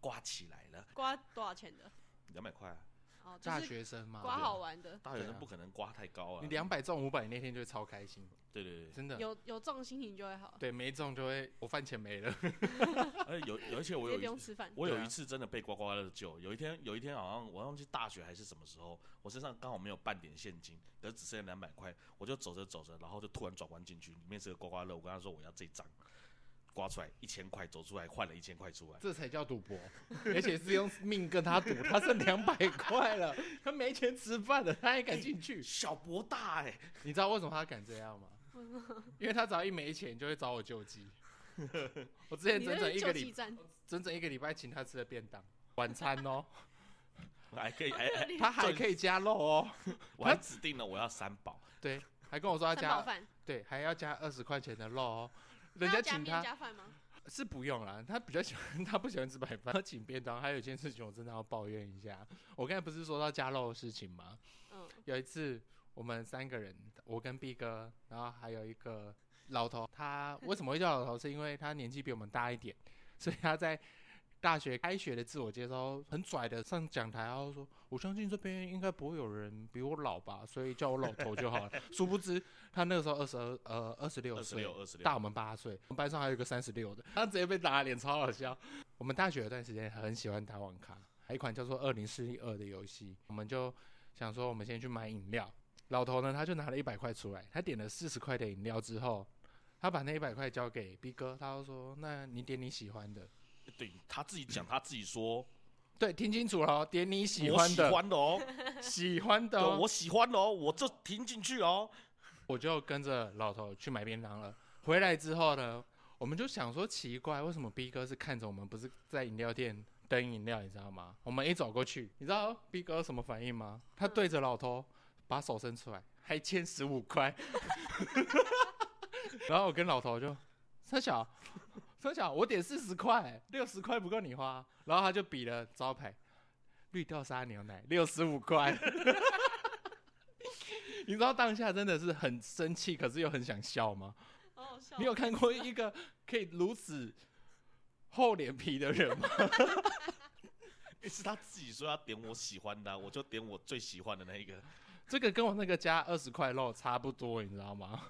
Speaker 2: 刮起来了，
Speaker 1: 刮多少钱的？
Speaker 2: 两百块啊，
Speaker 1: 哦，就
Speaker 3: 大
Speaker 1: 是
Speaker 3: 学啊生嘛，
Speaker 1: 刮好玩的，
Speaker 2: 大学
Speaker 3: 对
Speaker 2: 生
Speaker 3: 啊
Speaker 2: 不可能刮太高啊，
Speaker 3: 你两，百中五百，你那天就会超开心，
Speaker 2: 对对对，
Speaker 3: 真的。
Speaker 1: 有有中心情就会好，
Speaker 3: 对，没中就会我饭钱没了。
Speaker 2: 而且哎有有而且
Speaker 1: 直
Speaker 2: 我
Speaker 1: 接
Speaker 2: 有
Speaker 1: 不
Speaker 2: 一
Speaker 1: 用
Speaker 2: 次
Speaker 1: 吃饭。
Speaker 2: 我有
Speaker 3: 对
Speaker 2: 一
Speaker 3: 啊
Speaker 2: 次真的被刮刮乐救，有一天有一天好像我忘记大学还是什么时候，我身上刚好没有半点现金，可是只剩下两百块，我就走着走着，然后就突然转弯进去，里面是个刮刮乐，我跟他说我要这张，刮出来一千块，走出来换了一千块出来。
Speaker 3: 这才叫赌博， 而且是用命跟他赌，他剩两百块了，他没钱吃饭了，他还敢进 去？
Speaker 2: 小博大哎、
Speaker 3: 你知道为什么他敢这样吗？因为他只要一没钱就会找我救济。我之前
Speaker 1: 你
Speaker 3: 整
Speaker 1: 那
Speaker 3: 整
Speaker 1: 是
Speaker 3: 一
Speaker 1: 救
Speaker 3: 个
Speaker 1: 济
Speaker 3: 礼
Speaker 1: 站，
Speaker 3: 整整一个礼拜请他吃的便当晚餐 哦，
Speaker 2: 还可以还还
Speaker 3: 他还可以加肉哦，
Speaker 2: 我还指定了我要三宝，
Speaker 3: 对，还跟我说要
Speaker 1: 汉堡
Speaker 3: 加
Speaker 1: 饭，
Speaker 3: 对，还要加二十块钱的肉哦。
Speaker 1: 那
Speaker 3: 人
Speaker 1: 要
Speaker 3: 家
Speaker 1: 加
Speaker 3: 请
Speaker 1: 面
Speaker 3: 他
Speaker 1: 加饭吗？
Speaker 3: 是不用啦，他比较喜欢， 他不喜欢吃白饭，他请便当。还有一件事情我真的要抱怨一下，我刚才不是说到加肉的事情吗？
Speaker 1: 嗯，
Speaker 3: 有一次，我们三个人，我跟 B 哥，然后还有一个老头，他为什么会叫老头？是因为他年纪比我们大一点，所以他在大学开学的自我介绍很拽的上讲台，然后说我相信这边应该不会有人比我老吧，所以叫我老头就好了。殊不知他那个时候二十二呃二十六
Speaker 2: 二十
Speaker 3: 岁
Speaker 2: 六，，二十六，
Speaker 3: 大我们八岁，我们班上还有一个三十六的，他直接被打脸，超好笑。我们大学有段时间很喜欢打网咖，还有一款叫做《二零四一二》的游戏，我们就想说我们先去买饮料。老头呢，他就拿了一百块出来，他点了四十块的饮料之后，他把那一百块交给 B 哥，他就说：“那你点你喜欢的。
Speaker 2: 对他自己讲，他自己说，”
Speaker 3: 对，听清楚了哦，点你 喜
Speaker 2: 我
Speaker 3: 欢
Speaker 2: 喜
Speaker 3: 的，
Speaker 2: 欢的 哦，
Speaker 3: 喜欢的
Speaker 2: 对，
Speaker 3: 哦、
Speaker 2: 我喜欢的哦，我就听进去哦。
Speaker 3: 我就跟着老头去买便当了。回来之后呢，我们就想说奇怪，为什么 B 哥是看着我们，不是在饮料店登饮料，你知道吗？我们一走过去，你知道 B 哥什么反应吗？他对着老头把手伸出来，还欠十五块。 然后我跟老头就三小，三小，我点四十块，六十块不够你花。然后他就比了招牌，绿豆沙牛奶六十五块。 你知道当下真的是很生气，可是又很想笑吗？
Speaker 1: 好好笑
Speaker 3: 你。有看过一个 可以如此厚脸皮的人吗？
Speaker 2: 是他自己说要点我喜欢的啊、我就点我最喜欢的那一个。
Speaker 3: 这个跟我那个加二十块肉差不多，你知道吗？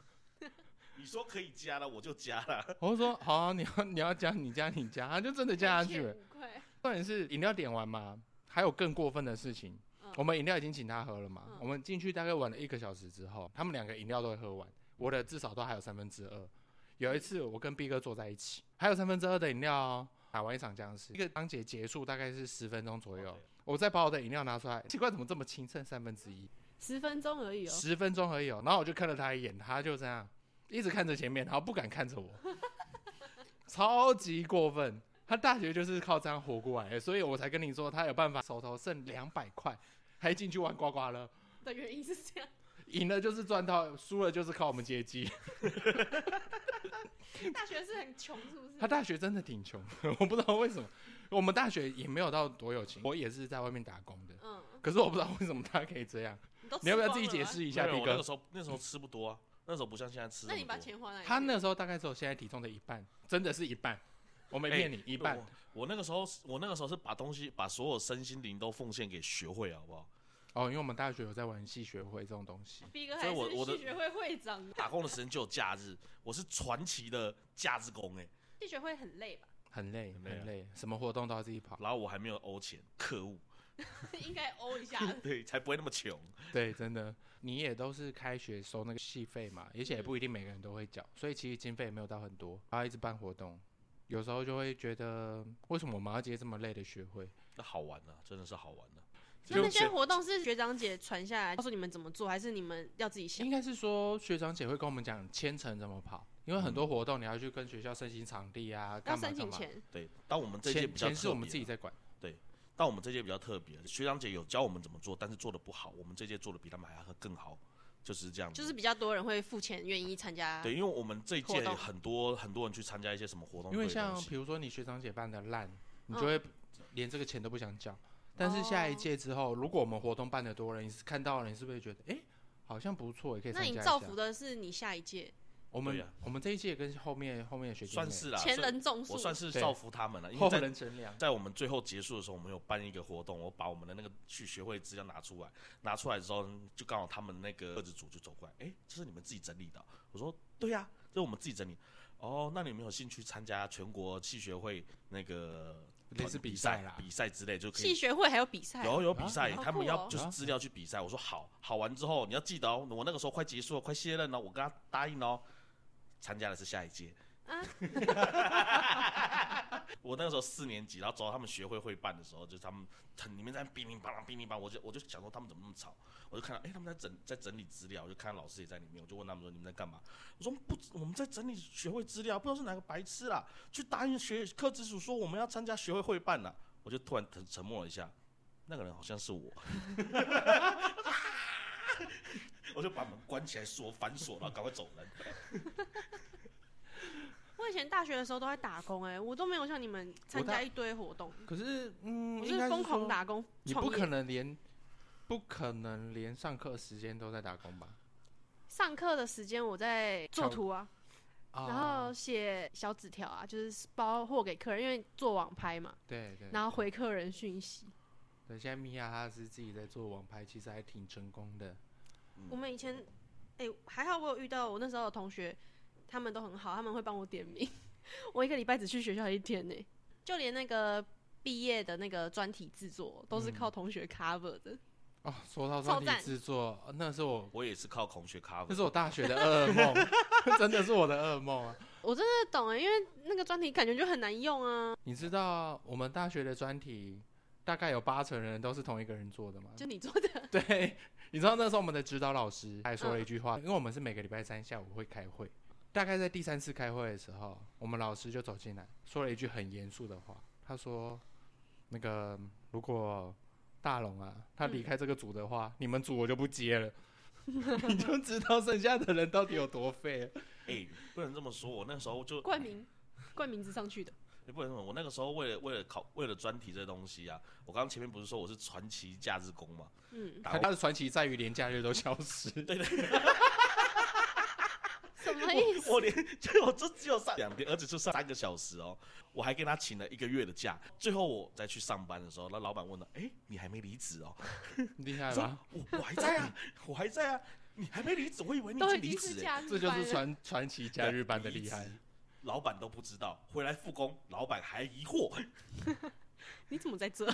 Speaker 2: 你说可以加了，我就加了。
Speaker 3: 我就说好啊、你要你要加你加你加，他就真的加下去了。
Speaker 1: 五块，
Speaker 3: 重点是饮料点完嘛，还有更过分的事情，
Speaker 1: 嗯
Speaker 3: 我们饮料已经请他喝了嘛，
Speaker 1: 嗯
Speaker 3: 我们进去大概玩了一个小时之后，他们两个饮料都会喝完，我的至少都还有三分之二。有一次我跟 B 哥坐在一起，还有三分之二的饮料、哦，打完一场僵尸，一个章节结束大概是十分钟左右，我再把我的饮料拿出来，奇怪怎么这么轻，剩三分之一，
Speaker 1: 十分钟而已哦。
Speaker 3: 十分钟而已、哦，然后我就看了他一眼，他就这样一直看着前面，然后不敢看着我， 超级过分。他大学就是靠这样活过来的，所以我才跟你说他有办法手头剩两百块，还进去玩刮刮乐，
Speaker 1: 的原因是这样，
Speaker 3: 赢了就是赚到，输了就是靠我们接机。
Speaker 1: 大学是很穷，是不是？
Speaker 3: 他大学真的挺穷，我不知道为什么，我们大学也没有到多有钱，我也是在外面打工的，
Speaker 1: 嗯，
Speaker 3: 可是我不知道为什么他可以这样，
Speaker 1: 你都吃
Speaker 3: 你要不要
Speaker 1: 光
Speaker 3: 自己
Speaker 1: 了
Speaker 3: 解
Speaker 1: 哦吗？
Speaker 3: 释 一
Speaker 2: 一
Speaker 3: 下，
Speaker 2: 我
Speaker 3: 毕
Speaker 2: 那个
Speaker 3: 哥？
Speaker 2: 时候那时候吃不多啊，那时候不像现在吃
Speaker 1: 那你
Speaker 2: 么
Speaker 1: 把
Speaker 2: 多。
Speaker 1: 钱花哪里？
Speaker 3: 他那时候大概只有现在体重的一半，真的是一半，我没骗你，一
Speaker 2: 一
Speaker 3: 半。
Speaker 2: 哎我我那个时候是，我那个时候是把东西，把所有身心灵都奉献给学会，好不好？
Speaker 3: 哦，因为我们大学有在玩系学会这种东西，
Speaker 1: 逼哥还
Speaker 2: 所以
Speaker 1: 是
Speaker 2: 我我的
Speaker 1: 系学会会长，
Speaker 2: 打工的时间就有假日，我是传奇的假日工哎、
Speaker 1: 系学会很累吧？
Speaker 3: 很累
Speaker 2: 很累
Speaker 3: 很
Speaker 2: 啊
Speaker 3: 累，什么活动都要自己跑。
Speaker 2: 然后我还没有欧钱，可恶，
Speaker 1: 应该欧一下。
Speaker 2: 对，才不会那么穷。
Speaker 3: 对，真的，你也都是开学收那个戏费嘛，而且也不一定每个人都会缴，
Speaker 2: 嗯
Speaker 3: 所以其实经费也没有到很多，然后一直办活动，有时候就会觉得为什么我们要接这么累的学会？
Speaker 2: 那好玩啊，真的是好玩啊。
Speaker 1: 那那些
Speaker 2: 就
Speaker 1: 活动是学长姐传下来告诉你们怎么做，还是你们要自己想
Speaker 3: 应？该是说学长姐会跟我们讲千层怎么跑，因为很
Speaker 2: 嗯
Speaker 3: 多活动你要去跟学校申请场地啊，
Speaker 1: 要
Speaker 3: 干嘛
Speaker 1: 申
Speaker 3: 干
Speaker 1: 请
Speaker 3: 嘛。
Speaker 1: 前，
Speaker 2: 对，当我们这届
Speaker 3: 钱
Speaker 2: 比较
Speaker 3: 钱是我
Speaker 2: 特
Speaker 3: 们自己
Speaker 2: 别啊，
Speaker 3: 在管，
Speaker 2: 但我们这届比较特别，啊学长姐有教我们怎么做，但是做的不好，我们这届做的比他们还要更好，就是这样子。
Speaker 1: 就是比较多人会付钱，愿意参加。
Speaker 2: 对，因为我们这一
Speaker 1: 啊活
Speaker 2: 届
Speaker 1: 动
Speaker 2: 很多很多人去参加一些什么活动
Speaker 3: 因
Speaker 2: 队
Speaker 3: 为
Speaker 2: 的东
Speaker 3: 像
Speaker 2: 西，
Speaker 3: 比如说你学长姐办的烂，你
Speaker 1: 嗯
Speaker 3: 就会连这个钱都不想缴。但是下一
Speaker 1: 哦
Speaker 3: 届之后，如果我们活动办的多了，你是看到了，你是不是觉得哎、诶好像不错，也可以
Speaker 1: 那
Speaker 3: 参加
Speaker 1: 你
Speaker 3: 一下？
Speaker 1: 造福的是你下一届
Speaker 3: 我们、
Speaker 2: 对啊
Speaker 3: 我们这一届跟后面后面的学弟妹
Speaker 2: 算是啦，
Speaker 1: 前
Speaker 2: 算
Speaker 1: 人种树
Speaker 2: 我，算是
Speaker 3: 对
Speaker 2: 造福他们了，因为
Speaker 3: 后
Speaker 2: 在
Speaker 3: 人乘凉。
Speaker 2: 在我们最后结束的时候，我们有办一个活动，我把我们的那个去学会资料拿出来，拿出来之后，就刚好他们那个二子组就走过来，哎、这是你们自己整理的哦、我说对呀、这是我们自己整理。哦，那你们有兴趣参加全国系学会那个
Speaker 3: 类似比
Speaker 2: 比
Speaker 3: 赛啦
Speaker 2: 比赛之类就可
Speaker 1: 系
Speaker 2: 以。
Speaker 1: 学会还有比赛，
Speaker 2: 有有
Speaker 3: 啊
Speaker 2: 比赛，
Speaker 1: 好
Speaker 2: 他们
Speaker 1: 酷
Speaker 2: 要
Speaker 1: 哦
Speaker 2: 就是资料去比赛。我说好，好完之后你要记得哦，我那个时候快结束了，快卸任了，我跟他答应哦，参加的是下一届。
Speaker 1: 啊
Speaker 2: 我那个时候四年级，然后走到他们学会会办的时候，就是他们很里面在那哔哩吧啦哔哩吧啦，我就我就想说他们怎么那么吵，我就看到哎、他们在整在整理资料，我就看到老师也在里面，我就问他们说你们在干嘛？我说不，我们在整理学会资料，不知道是哪个白痴啦，去答应学科直属说我们要参加学会会办啦。我就突然沉沉默了一下，那个人好像是我， 我就把门关起来锁反锁，然后赶快走人。
Speaker 1: 我以前大学的时候都在打工、哎，我都没有像你们参加一堆活动，
Speaker 3: 可是嗯，
Speaker 1: 我
Speaker 3: 应该
Speaker 1: 是疯
Speaker 3: 说
Speaker 1: 狂，打工
Speaker 3: 你
Speaker 1: 创
Speaker 3: 不可
Speaker 1: 业。
Speaker 3: 能连不可能连上课时间都在打工吧？
Speaker 1: 上课的时间我在做图啊，
Speaker 3: 啊
Speaker 1: 然后写小纸条啊，就是包货给客人，因为做网拍嘛，
Speaker 3: 对对，
Speaker 1: 然后回客人讯息。
Speaker 3: 对，现在米娅她是自己在做网拍，其实还挺成功的。
Speaker 1: 我们以前，哎、还好我有遇到我那时候的同学，他们都很好，他们会帮我点名。 我一个礼拜只去学校一天呢、就连那个毕业的那个专题制作都是
Speaker 3: 嗯
Speaker 1: 靠同学 cover 的。
Speaker 3: 哦，说到
Speaker 1: 超
Speaker 3: 专
Speaker 1: 赞
Speaker 3: 题制作，呃那是我
Speaker 2: 我也是靠孔雀 cover，
Speaker 3: 那是我大学的噩梦， 真的是我的噩梦啊！
Speaker 1: 我真的懂哎、因为那个专题感觉就很难用啊，
Speaker 3: 你知道我们大学的专题大概有八成人都是同一个人做的吗？
Speaker 1: 就你做的
Speaker 3: 对， 你知道那时候我们的指导老师还说了一句话，因为我们是每个礼拜三下午会开会，大概在第三次开会的时候，我们老师就走进来，说了一句很严肃的话，他说：“那个如果大龙啊，他离开这个组的话，你们组我就不接了。” 你就知道剩下的人到底有多废了。
Speaker 2: 哎，不能这么说，我那时候就
Speaker 1: 冠名冠名字上去的，
Speaker 2: 也不能这么说，我那个时候为了为了考为了专题这东西啊，我刚刚前面不是说我是传奇假日工嘛，
Speaker 1: 嗯，
Speaker 2: 打
Speaker 3: 他 的传奇在于连假日都消失。
Speaker 1: 什么意 思？
Speaker 2: 我连 就我就只有上两天，而且就上三个小时哦，我还跟他请了一个月的假。最后我再去上班的时候，那老板问了：“哎、你还没离职哦
Speaker 3: 厉？”害
Speaker 2: 我
Speaker 3: 吧
Speaker 2: 说？：“我我还在啊，我还在啊，你还没离职，我以为你已
Speaker 1: 都
Speaker 2: 经
Speaker 1: 已
Speaker 2: 离
Speaker 1: 经是
Speaker 2: 职、欸。
Speaker 1: 假日
Speaker 3: 这就
Speaker 1: 班
Speaker 3: 是
Speaker 1: 了
Speaker 3: 传传奇假日班的厉害
Speaker 2: 离。职老板都不知道，回来复工，老板还疑惑。
Speaker 1: 你怎么在这？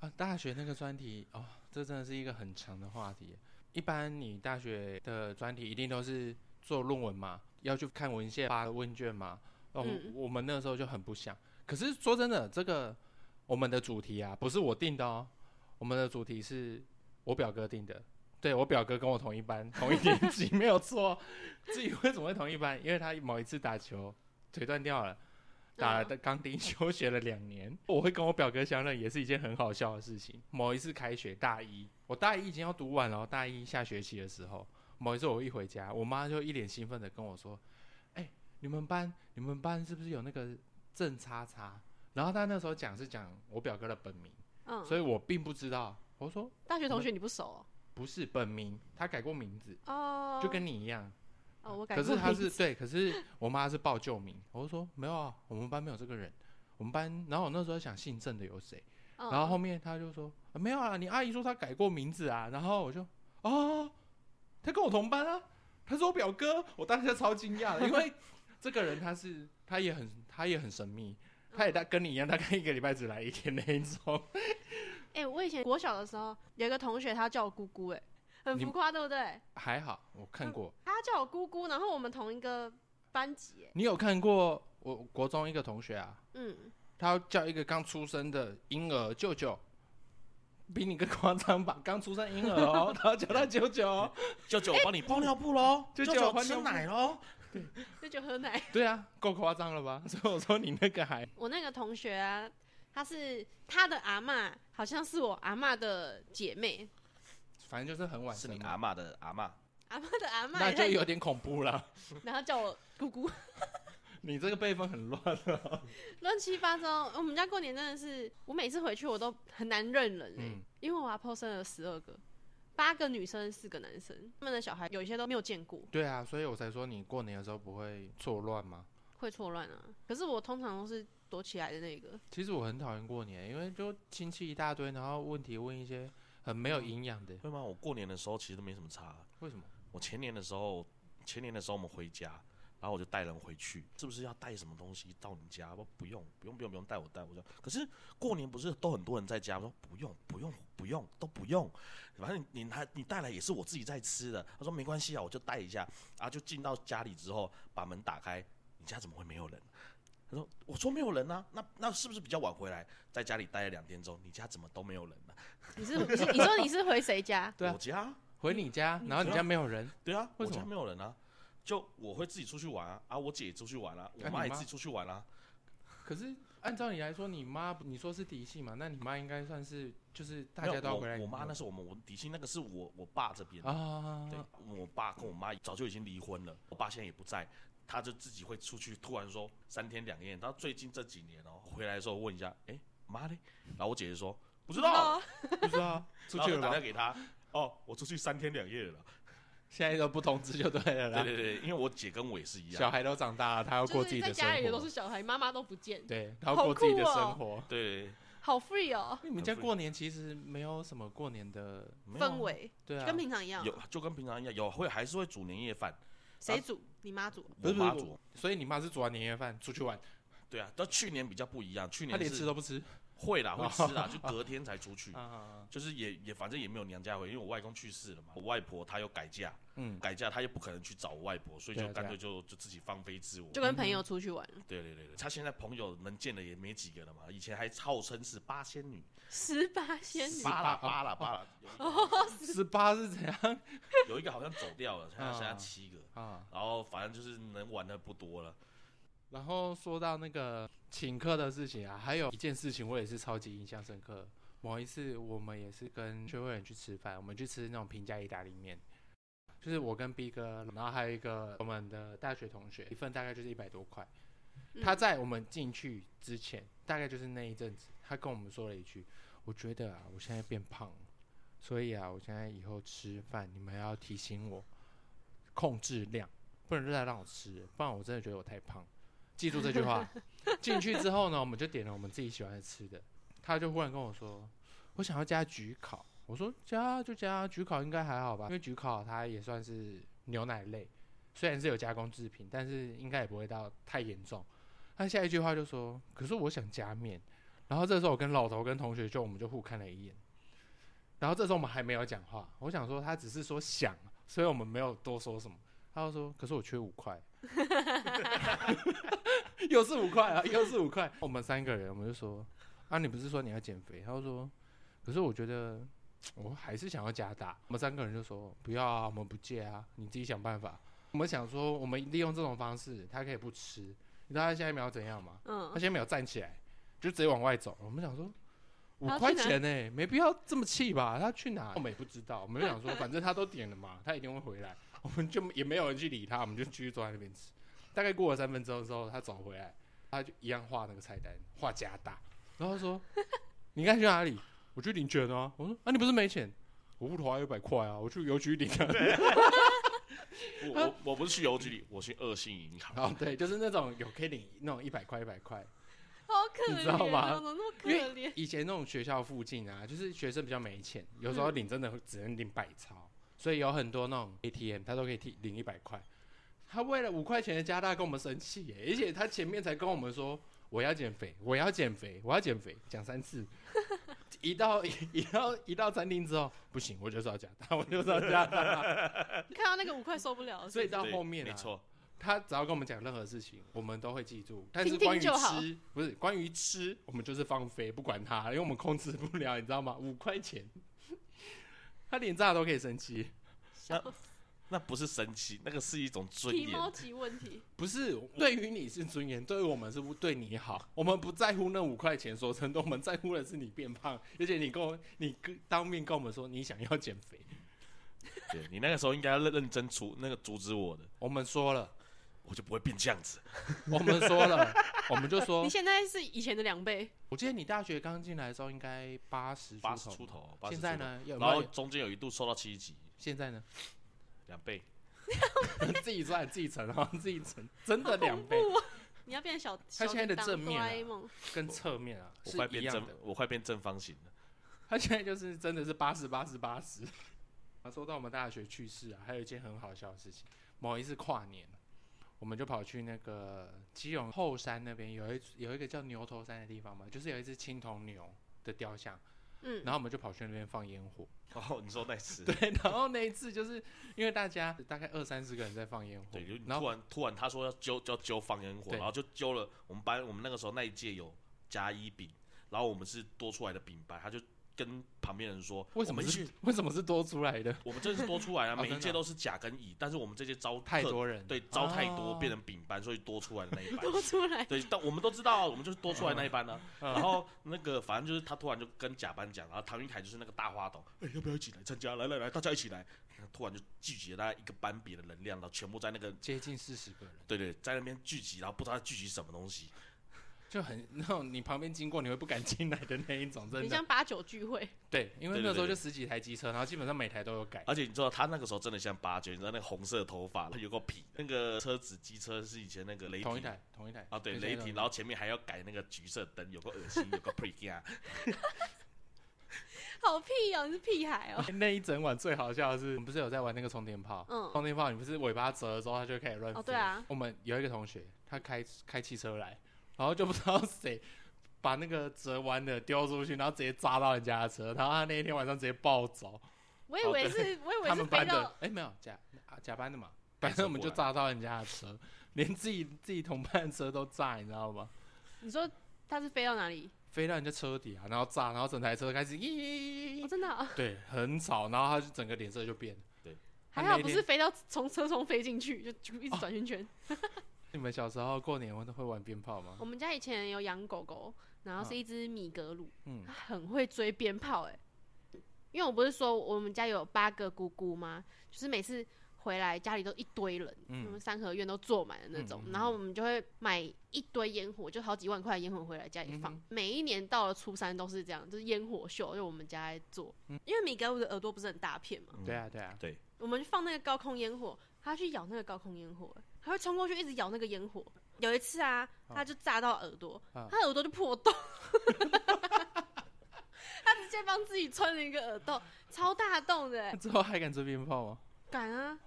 Speaker 3: 啊，大学那个专题哦，这真的是一个很长的话题耶。一般你大学的专题一定都是做论文嘛，要去看文献、发问卷嘛。哦，
Speaker 1: 嗯
Speaker 3: 我们那时候就很不想。可是说真的，这个我们的主题啊，不是我定的哦，我们的主题是我表哥定的。对我表哥跟我同一班，同一年级， 没有错。至于为什么会同一班，因为他某一次打球腿断掉了，打了钢钉， 休学了两年。我会跟我表哥相认，也是一件很好笑的事情。某一次开学，大一，我大一已经要读完了，哦大一下学期的时候，某一次我一回家，我妈就一脸兴奋的跟我说：“哎、你们班，你们班是不是有那个郑叉叉？”然后她那时候讲是讲我表哥的本名，
Speaker 1: 嗯，
Speaker 3: 所以我并不知道。我说
Speaker 1: 大学同学你不熟哦
Speaker 3: 不是本名，他改过名字，
Speaker 1: 哦，
Speaker 3: 就跟你一样。
Speaker 1: 哦，我感
Speaker 3: 可
Speaker 1: 觉
Speaker 3: 是他是对，可是我妈是报旧名，我就说没有啊，我们班没有这个人，我们班。然后我那时候想姓郑的有谁，
Speaker 1: 嗯，
Speaker 3: 然后后面他就说、啊没有啊，你阿姨说她改过名字啊，然后我就哦，他跟我同班啊，他是我表哥，我当时就超惊讶的，因为这个人他是他也很他也很神秘，他也大跟你一样，大概一个礼拜只来一天那一种，
Speaker 1: 哎、我以前国小的时候有一个同学，他叫我姑姑、哎，很
Speaker 3: 你
Speaker 1: 浮夸，对不对？
Speaker 3: 还好我看过，
Speaker 1: 他叫我姑姑，然后我们同一个班级、哎，
Speaker 3: 你有看过我国中一个同学啊，
Speaker 1: 嗯，
Speaker 3: 他叫一个刚出生的婴儿舅舅，比你更夸张吧？ 刚出生婴儿 哦，他叫他舅舅、 哦。
Speaker 2: 舅舅，我帮你包尿布喽，
Speaker 3: 舅
Speaker 2: 舅
Speaker 3: 舅
Speaker 2: 舅
Speaker 3: 换
Speaker 2: 吃
Speaker 3: 尿布
Speaker 2: 奶喽。
Speaker 1: 那就喝奶。
Speaker 3: 对啊，够夸张了吧？ 所以我说你那个还
Speaker 1: 我那个同学啊，他是他的阿嬷，好像是我阿嬷的姐妹，
Speaker 3: 反正就是很”晚
Speaker 2: 是
Speaker 3: 生
Speaker 2: 你
Speaker 3: 嘛
Speaker 2: 阿嬷的阿嬷，
Speaker 1: 阿嬷的阿嬷，
Speaker 3: 那就
Speaker 1: 然后
Speaker 3: 有点恐怖了。
Speaker 1: 然后叫我姑姑，
Speaker 3: 你这个辈分很乱了。
Speaker 1: 乱七八糟。我们家过年真的是，我每次回去我都很难认人、哎，
Speaker 3: 嗯
Speaker 1: 因为我阿婆生了十二个。八个女生，四个男生，他们的小孩有一些都没有见过，
Speaker 3: 对啊，所以我才说你过年的时候不会错乱吗？
Speaker 1: 会错乱啊。可是我通常都是躲起来的那个，
Speaker 3: 其实我很讨厌过年，因为就亲戚一大堆，然后问题问一些很没有营养的。
Speaker 2: 会吗？我过年的时候其实都没什么差。啊
Speaker 3: 为什么？
Speaker 2: 我前年的时候，前年的时候我们回家，然后我就带人回去，是不是要带什么东西到你家？我不用，不用，不用，不用带我带。我说，可是过年不是都很多人在家？我说不用，不用，不用，都不用。反正你你拿你带来也是我自己在吃的。他说没关系啊，我就带一下。啊，就进到家里之后，把门打开，你家怎么会没有人？啊他说：“我说没有人啊，那那是不是比较晚回来？在家里待了两天之后，你家怎么都没有人呢、
Speaker 1: 你是你是你说你是回谁家？
Speaker 3: 对啊
Speaker 2: 我家
Speaker 3: 回你家，然后
Speaker 2: 知
Speaker 3: 你
Speaker 2: 道
Speaker 3: 家没有人，
Speaker 2: 对啊，我
Speaker 3: 为什么
Speaker 2: 家没有人啊，就我会自己出去玩啊，啊，我姐也出去玩啊，
Speaker 3: 啊
Speaker 2: 我
Speaker 3: 你
Speaker 2: 妈也
Speaker 3: 妈
Speaker 2: 自己出去玩啊，
Speaker 3: 可是按照你来说，你妈你说是嫡系嘛？那你妈应该算是就是大
Speaker 2: 没有
Speaker 3: 家都要
Speaker 2: 我
Speaker 3: 回来你
Speaker 2: 我
Speaker 3: 们家。
Speaker 2: 妈那是我们我底薪，那个是我我爸这边的，
Speaker 3: 啊，
Speaker 2: 对，我爸跟我妈早就已经离婚了，我爸现在也不在，他就自己会出去，突然说三天两夜。他最近这几年哦，回来的时候问一下，哎，妈嘞？然后我姐姐说 不知道，
Speaker 1: 哦，
Speaker 3: 不知道出
Speaker 2: 然后
Speaker 3: 去
Speaker 2: 就打电话
Speaker 3: 了吧？
Speaker 2: 给他，哦，我出去三天两夜了。
Speaker 3: 现在都不通知就对了啦。
Speaker 2: 对对对，因为我姐跟我也是一
Speaker 3: 小
Speaker 2: 样。
Speaker 3: 孩都长大了，他要过
Speaker 1: 就
Speaker 3: 自
Speaker 1: 是
Speaker 3: 己
Speaker 1: 在
Speaker 3: 的
Speaker 1: 家里
Speaker 3: 生
Speaker 1: 的都
Speaker 3: 活
Speaker 1: 是，小孩，妈妈都不见，
Speaker 3: 对，他要
Speaker 1: 好
Speaker 3: 过自己
Speaker 1: 酷
Speaker 3: 的
Speaker 1: 哦
Speaker 3: 生活。
Speaker 2: 对，
Speaker 1: 好 free 哦，
Speaker 3: 因为你们
Speaker 2: 很
Speaker 3: 家
Speaker 2: 不
Speaker 3: 过年其实没有什么过年的，
Speaker 2: 没有啊
Speaker 1: 氛围
Speaker 3: 对啊，
Speaker 1: 跟平常一样
Speaker 2: 有
Speaker 1: 啊。
Speaker 2: 就跟平常一样，有会还是会煮年夜饭，
Speaker 3: 啊
Speaker 1: 谁煮？你妈煮？
Speaker 2: 我
Speaker 3: 不是不是
Speaker 2: 妈
Speaker 3: 不
Speaker 2: 煮。
Speaker 3: 所以你妈是煮完年夜饭出去玩，
Speaker 2: 对啊，到去年比较不一样，去
Speaker 3: 她连
Speaker 2: 年
Speaker 3: 吃
Speaker 2: 是
Speaker 3: 都不吃
Speaker 2: 会啦，会吃啦，就隔天才出去。
Speaker 3: 啊，
Speaker 2: 就是也也反正也没有娘家回，因为我外公去世了嘛，我外婆她又改嫁，
Speaker 3: 嗯，
Speaker 2: 改嫁她又不可能去找我外婆，所以
Speaker 3: 对啊
Speaker 2: 就
Speaker 3: 对啊
Speaker 2: 干脆就就自己放飞自我。
Speaker 1: 就跟朋友出去玩，
Speaker 2: 对对对对，她现在朋友能见的也没几个了嘛，以前还号称是八仙女，
Speaker 1: 十八仙 女，哦
Speaker 2: 八啦
Speaker 3: 哦
Speaker 2: 八啦八啦，
Speaker 3: 十八是怎样
Speaker 2: 有一个有一个好像走掉了，现在
Speaker 3: 啊
Speaker 2: 剩下七个，
Speaker 3: 啊？
Speaker 2: 然后反正就是能玩的不多了。
Speaker 3: 然后说到那个请客的事情啊，还有一件事情我也是超级印象深刻。某一次我们也是跟学会人去吃饭，我们去吃那种平价意大利面，就是我跟 B 哥，然后还有一个我们的大学同学，一份大概就是一百多块。
Speaker 1: 嗯
Speaker 3: 他在我们进去之前，大概就是那一阵子，他跟我们说了一句：“我觉得啊，我现在变胖了，所以啊，我现在以后吃饭你们要提醒我控制量，不能再让我吃了，不然我真的觉得我太胖了。”记住这句话。进去之后呢，我们就点了我们自己喜欢的吃的，他就忽然跟我说：“我想要加焗烤。”我说：“加就加，焗烤应该还好吧？因为焗烤它也算是牛奶类，虽然是有加工制品，但是应该也不会到太严重。”他下一句话就说：“可是我想加面。”然后这时候我跟老头跟同学就我们就互看了一眼，然后这时候我们还没有讲话，我想说他只是说想，所以我们没有多说什么。他就说：“可是我缺五块。” 又是五块啊，又是五块。我们三个人，我们就说：“啊，你不是说你要减肥？”他就说：“可是我觉得我还是想要加大。”我们三个人就说：“不要啊，我们不戒啊，你自己想办法。”我们想说，我们利用这种方式，他可以不吃。你知道他下一秒怎样吗？他
Speaker 1: 嗯，
Speaker 3: 下一秒站起来，就直接往外走。我们想说。五
Speaker 1: 他要去
Speaker 3: 块
Speaker 1: 哪
Speaker 3: 钱呢、欸没必要这么气吧？他去哪？我们也不知道。我们就想说，反正他都点了嘛，他一定会回来。 我们就也没有人去理他，我们就继续坐在那边吃。大概过了三分钟之后，他走回来，他就一样画那个菜单，画加大，然后他说：“ 你刚才去哪里？”我去领钱啊。我说：“啊，你不是没钱？我户头还有一百块啊，我去邮局领啊。
Speaker 2: 我
Speaker 1: 啊
Speaker 2: 我我不是去邮局里，我去恶性银”行。
Speaker 3: 然后对，就是那种有可以领那种一百块、一百块。
Speaker 1: 好可
Speaker 3: 你
Speaker 1: 怜
Speaker 3: 知道吗
Speaker 1: 哦，怎么那么可
Speaker 3: 因为
Speaker 1: 怜？
Speaker 3: 以前那种学校附近啊，就是学生比较没钱，有时候领真的只能领百钞，所以有很多那种 ATM 他都可以提领一百块。他为了五块钱的加大跟我们生气耶，而且他前面才跟我们说我要减肥，我要减肥，我要减肥，讲三次。 一到一到一到餐厅之后，不行，我就是要加大，我就是要加大。
Speaker 1: 看到那个五块受不了，
Speaker 3: 所以
Speaker 1: 是不
Speaker 3: 到
Speaker 2: 对
Speaker 3: 后面、啊，
Speaker 2: 没错，
Speaker 3: 他只要跟我们讲任何事情，我们都会记住。但是
Speaker 1: 听听
Speaker 3: 关于
Speaker 1: 就好
Speaker 3: 吃，不是关于吃，我们就是放飞，不管他，因为我们控制不了，你知道 吗？五块钱，他连炸都可以生气。
Speaker 1: 是笑死
Speaker 2: 那不是神奇，那个是一种尊
Speaker 1: 提
Speaker 2: 严。
Speaker 1: 猫级问 题，
Speaker 3: 不是对于你是尊严，对于我们是对你好，我们不在乎那五块钱。说真的，我们在乎的是你变胖，而且你跟我，你跟当面跟我们说你想要减肥，
Speaker 2: 对你那个时候应该要认认真阻那个阻止我的，
Speaker 3: 我们说了，
Speaker 2: 我就不会变这样子。
Speaker 3: 我们说 了，我们就说
Speaker 1: 你，现在是以前的两倍，
Speaker 3: 我记得你大学刚进来的时候应该八十
Speaker 2: 八十出
Speaker 3: 头，
Speaker 2: 头，80
Speaker 3: 现在
Speaker 2: 出头？
Speaker 3: 呢？有
Speaker 2: 然
Speaker 3: 没
Speaker 2: 后
Speaker 3: 有？
Speaker 2: 中间有一度瘦到七十几，
Speaker 3: 现在呢？
Speaker 2: 两倍。
Speaker 3: 自己算自己乘啊， 自己乘，真的两倍，
Speaker 1: 你要变小。
Speaker 3: 他现在的
Speaker 1: 小叮当
Speaker 3: 正面
Speaker 1: 哆
Speaker 3: 啊
Speaker 1: 啦 A 梦
Speaker 3: 跟侧面啊
Speaker 2: 我
Speaker 3: 是
Speaker 2: 快
Speaker 3: 一
Speaker 2: 变
Speaker 3: 样
Speaker 2: 正
Speaker 3: 的。，
Speaker 2: 我快变正方形了。
Speaker 3: 他现在就是真的是八十八十八十。 啊，说到我们大学趣事啊，还有一件很好笑的事情。某一次跨年，我们就跑去那个基隆后山那边有一有一个叫牛头山的地方嘛，就是有一只青铜牛的雕像，
Speaker 1: 嗯，
Speaker 3: 然后我们就跑去那边放烟火。
Speaker 2: 哦，你说那次，
Speaker 3: 对，然后那一次就是因为大家大概二三十个人在放烟火
Speaker 2: 对，就，
Speaker 3: 然
Speaker 2: 突
Speaker 3: 后
Speaker 2: 然突然他说要揪要揪放烟火，
Speaker 3: 对
Speaker 2: 然后就揪了我们班我们那个时候那一届有甲乙丙，然后我们是多出来的丙班，他就跟旁边人说，
Speaker 3: 为什
Speaker 2: 我
Speaker 3: 么
Speaker 2: 们
Speaker 3: 是
Speaker 2: 去？
Speaker 3: 为什么是多出来的？
Speaker 2: 我们这是多出来啊 了，
Speaker 3: 哦
Speaker 2: 每一
Speaker 3: 真的
Speaker 2: 届
Speaker 3: 哦
Speaker 2: 都是甲跟乙，但是我们这届招
Speaker 3: 太
Speaker 2: 特，
Speaker 3: 多人，
Speaker 2: 对，招太多
Speaker 3: 哦
Speaker 2: 变成丙班，所以多出来的那 一班。
Speaker 1: 多出来，
Speaker 2: 对，但我们都知道啊，我们就是多出来那一班呢、
Speaker 3: 嗯
Speaker 2: 然后那个反正就是他突然就跟甲班讲，然后唐云凯就是那个大花筒，哎、要不要一起来参加？来来来，大家一起来。突然就聚集了大家一个班别的能量，然后全部在那个
Speaker 3: 接近四十个人。
Speaker 2: 对对，在那边聚集，然后不知道聚集什么东西。
Speaker 3: 就很 那种你旁边经过你会不敢进来的那一种，真
Speaker 1: 很
Speaker 3: 的。
Speaker 1: 像八九聚会，
Speaker 3: 对，因为
Speaker 2: 对对
Speaker 3: 那时
Speaker 2: 对
Speaker 3: 候
Speaker 2: 啊
Speaker 3: 就十几台机车，然后基本上每台都有改。
Speaker 2: 而且你知道他那个时候真的像八九，你知道那个红色头发，有个皮，那个车子机车是以前那个雷
Speaker 3: 同一
Speaker 2: 霆
Speaker 3: 台，同一台
Speaker 2: 啊，对
Speaker 3: 跟
Speaker 2: 雷
Speaker 3: 现在
Speaker 2: 霆，
Speaker 3: 都
Speaker 2: 然后前面还要改那个橘色灯，有个恶心，有个 pre g 啊，
Speaker 1: 好屁哦，你是屁孩 哦。
Speaker 3: 那一整晚最好笑的是，我们不是有在玩那个充电炮？
Speaker 1: 嗯
Speaker 3: 充电炮你不是尾巴折了之后，它就开始乱飞。
Speaker 1: 哦对啊。
Speaker 3: 我们有一个同学，他开开汽车来，然后就不知道谁把那个折弯的丢出去，然后直接砸到人家的车，然后他那一天晚上直接暴走。
Speaker 1: 我以为是，我以为
Speaker 3: 哦他
Speaker 1: 是
Speaker 3: 们
Speaker 1: 飞
Speaker 3: 班的
Speaker 1: 到，
Speaker 3: 哎、没有甲啊甲班的嘛，反正我们就炸到人家的车，连自己自己同伴的车都炸，你知道吗？
Speaker 1: 你说他是飞到哪里？
Speaker 3: 飞到人家车底啊，然后炸，然后整台车开始
Speaker 1: 哦，
Speaker 3: 咦，
Speaker 1: 真的啊，
Speaker 3: 对，很吵，然后他就整个脸色就变了。他
Speaker 1: 还好
Speaker 3: 那
Speaker 1: 不
Speaker 3: 天
Speaker 1: 是飞到从车从飞进去，就就
Speaker 3: 哦
Speaker 1: 一直转圈圈。
Speaker 3: 你们小时候过年会会玩鞭炮吗
Speaker 1: 我？们家以前有养狗狗，然后是一只米格鲁，
Speaker 3: 嗯
Speaker 1: 它很会追鞭炮、欸，因为我不是说我们家有八个姑姑吗？就是每次回来家里都一堆人，
Speaker 3: 嗯
Speaker 1: 我们三合院都坐满了那种，
Speaker 3: 嗯嗯嗯
Speaker 1: 然后我们就会买一堆烟火，就好几万块的烟火回来家里放。
Speaker 3: 嗯
Speaker 1: 每一年到了初三都是这样，就是烟火秀，就我们家在做，
Speaker 3: 嗯
Speaker 1: 因为米格鲁的耳朵不是很大片嘛，
Speaker 2: 嗯
Speaker 3: 对啊，对啊，
Speaker 1: 我们放那个高空烟火，它去咬那个高空烟火，它会冲过去一直咬那个烟火。有一次啊，
Speaker 3: 哦
Speaker 1: 它就炸到耳朵，
Speaker 3: 嗯
Speaker 1: 它耳朵就破洞， 它直接帮自己穿了一个耳洞，超大洞的、欸，
Speaker 3: 之后还敢追鞭炮吗？
Speaker 1: 敢啊！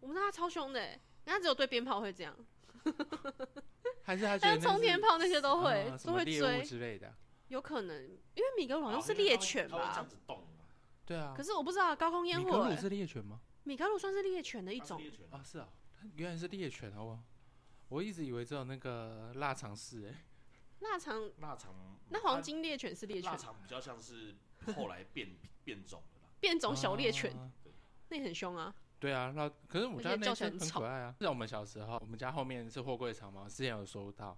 Speaker 1: 我们那它超凶的、欸，它只有对鞭炮会这样，
Speaker 3: 还是他觉
Speaker 1: 但是
Speaker 3: 得
Speaker 1: 冲天炮那些都会、
Speaker 3: 啊什
Speaker 1: 都
Speaker 3: 么
Speaker 1: 会
Speaker 3: 猎物
Speaker 1: 追，
Speaker 3: 之类的？啊
Speaker 1: 有可能因为米格鲁好像是猎犬
Speaker 2: 它会这
Speaker 1: 吧
Speaker 2: 样，子动啊，
Speaker 3: 对啊
Speaker 1: 可，是我不知道高空烟
Speaker 3: 米
Speaker 1: 火、
Speaker 3: 格鲁
Speaker 1: 欸，
Speaker 3: 是猎犬吗？
Speaker 1: 米格鲁算是猎犬的一
Speaker 2: 它是
Speaker 1: 种，
Speaker 2: 猎犬啊
Speaker 3: 啊，是啊，它原来是猎犬，好不好？我一直以为只有那个腊肠是哎，
Speaker 1: 腊肠
Speaker 2: 腊肠，
Speaker 1: 那黄金猎犬是猎
Speaker 2: 腊
Speaker 1: 犬，
Speaker 2: 肠比较像是后来 变变种的啦，
Speaker 1: 变种小猎犬。
Speaker 3: 啊
Speaker 1: 那也很凶啊！
Speaker 3: 对啊，那可是我们
Speaker 1: 而
Speaker 3: 家
Speaker 1: 且
Speaker 3: 那
Speaker 1: 叫
Speaker 3: 一
Speaker 1: 起来
Speaker 3: 圈
Speaker 1: 很
Speaker 3: 很
Speaker 1: 吵
Speaker 3: 可爱啊。在我们小时候，我们家后面是货柜厂嘛，之前有说到，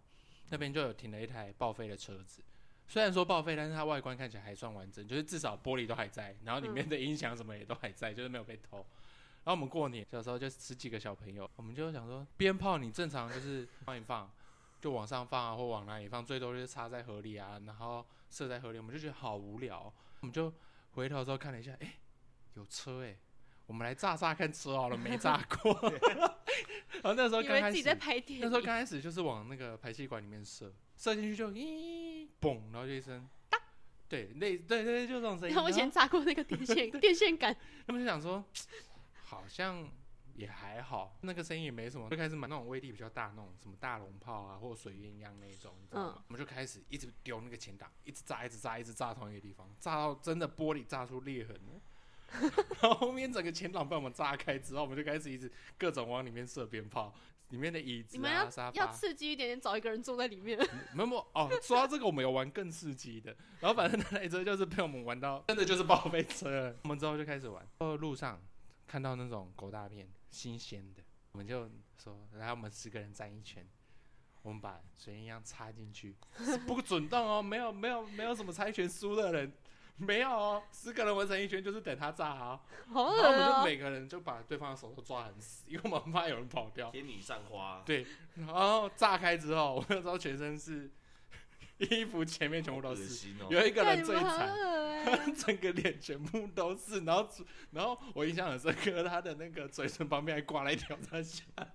Speaker 3: 那边就有停了一台报废的车子。虽然说报废，但是它外观看起来还算完整，就是至少玻璃都还在，然后里
Speaker 1: 嗯
Speaker 3: 面的音响什么也都还在，就是没有被偷。然后我们过年小时候就十几个小朋友，我们就想说，鞭炮你正常就是放一放，就往上放啊，或往哪里放，最多就是插在河里啊，然后射在河里，我们就觉得好无聊哦。我们就回头之后看了一下，哎、有车哎、我们来炸炸看车好了，没炸过。 然后那时候
Speaker 1: 以
Speaker 3: 刚
Speaker 1: 为
Speaker 3: 开
Speaker 1: 自己在
Speaker 3: 始，
Speaker 1: 拍电影，
Speaker 3: 那时候刚开始就是往那个排气管里面射，射进去就咦嘣，然后就一声对，那对对对，就这种声音。哦
Speaker 1: 然后我以前炸过那个电 线电线杆，
Speaker 3: 他们就想说，好像也还好，那个声音也没什么，就开始买那种威力比较大那种，什么大龙炮啊，或者水鸳鸯那一种，你知道吗？
Speaker 1: 嗯
Speaker 3: 我们就开始一直丢那个前挡，一直炸，一直炸，一直炸同一个地方，炸到真的玻璃炸出裂痕 了。然后后面整个前挡被我们炸开之后，我们就开始一直各种往里面射鞭炮，里面的椅
Speaker 1: 你
Speaker 3: 子
Speaker 1: 们
Speaker 3: 啊、
Speaker 1: 要
Speaker 3: 沙发
Speaker 1: 要刺激一点点，找一个人坐在里 面，
Speaker 3: 没有没有哦，说到这个，我们有玩更刺激的。然后反正那台车就是被我们玩到，真的就是报废车了。我们之后就开始玩，到路上看到那种狗大便，新鲜的，我们就说，来，我们十个人站一圈，我们把水烟样插进去，不准动哦，没有没有没有什么猜拳输的人，没有哦，十个人围成一圈就是等他炸啊、
Speaker 1: 好恶
Speaker 3: 然后我们就
Speaker 1: 哦、
Speaker 3: 每个人就把对方的手都抓很死，因为我们怕有人跑掉。
Speaker 2: 天女散
Speaker 1: 哦
Speaker 2: 花，
Speaker 3: 对，然后炸开之后，我那时候全身是衣服前面全部
Speaker 2: 恶
Speaker 3: 都是，
Speaker 2: 心哦，
Speaker 3: 有一个
Speaker 1: 对，
Speaker 3: 人
Speaker 1: 你
Speaker 3: 最
Speaker 1: 们很
Speaker 3: 惨，
Speaker 1: 恶 哎、
Speaker 3: 他整个脸全部都是，然后嘴然后我印象很深刻，他的那个嘴唇旁边还挂了一条在下面。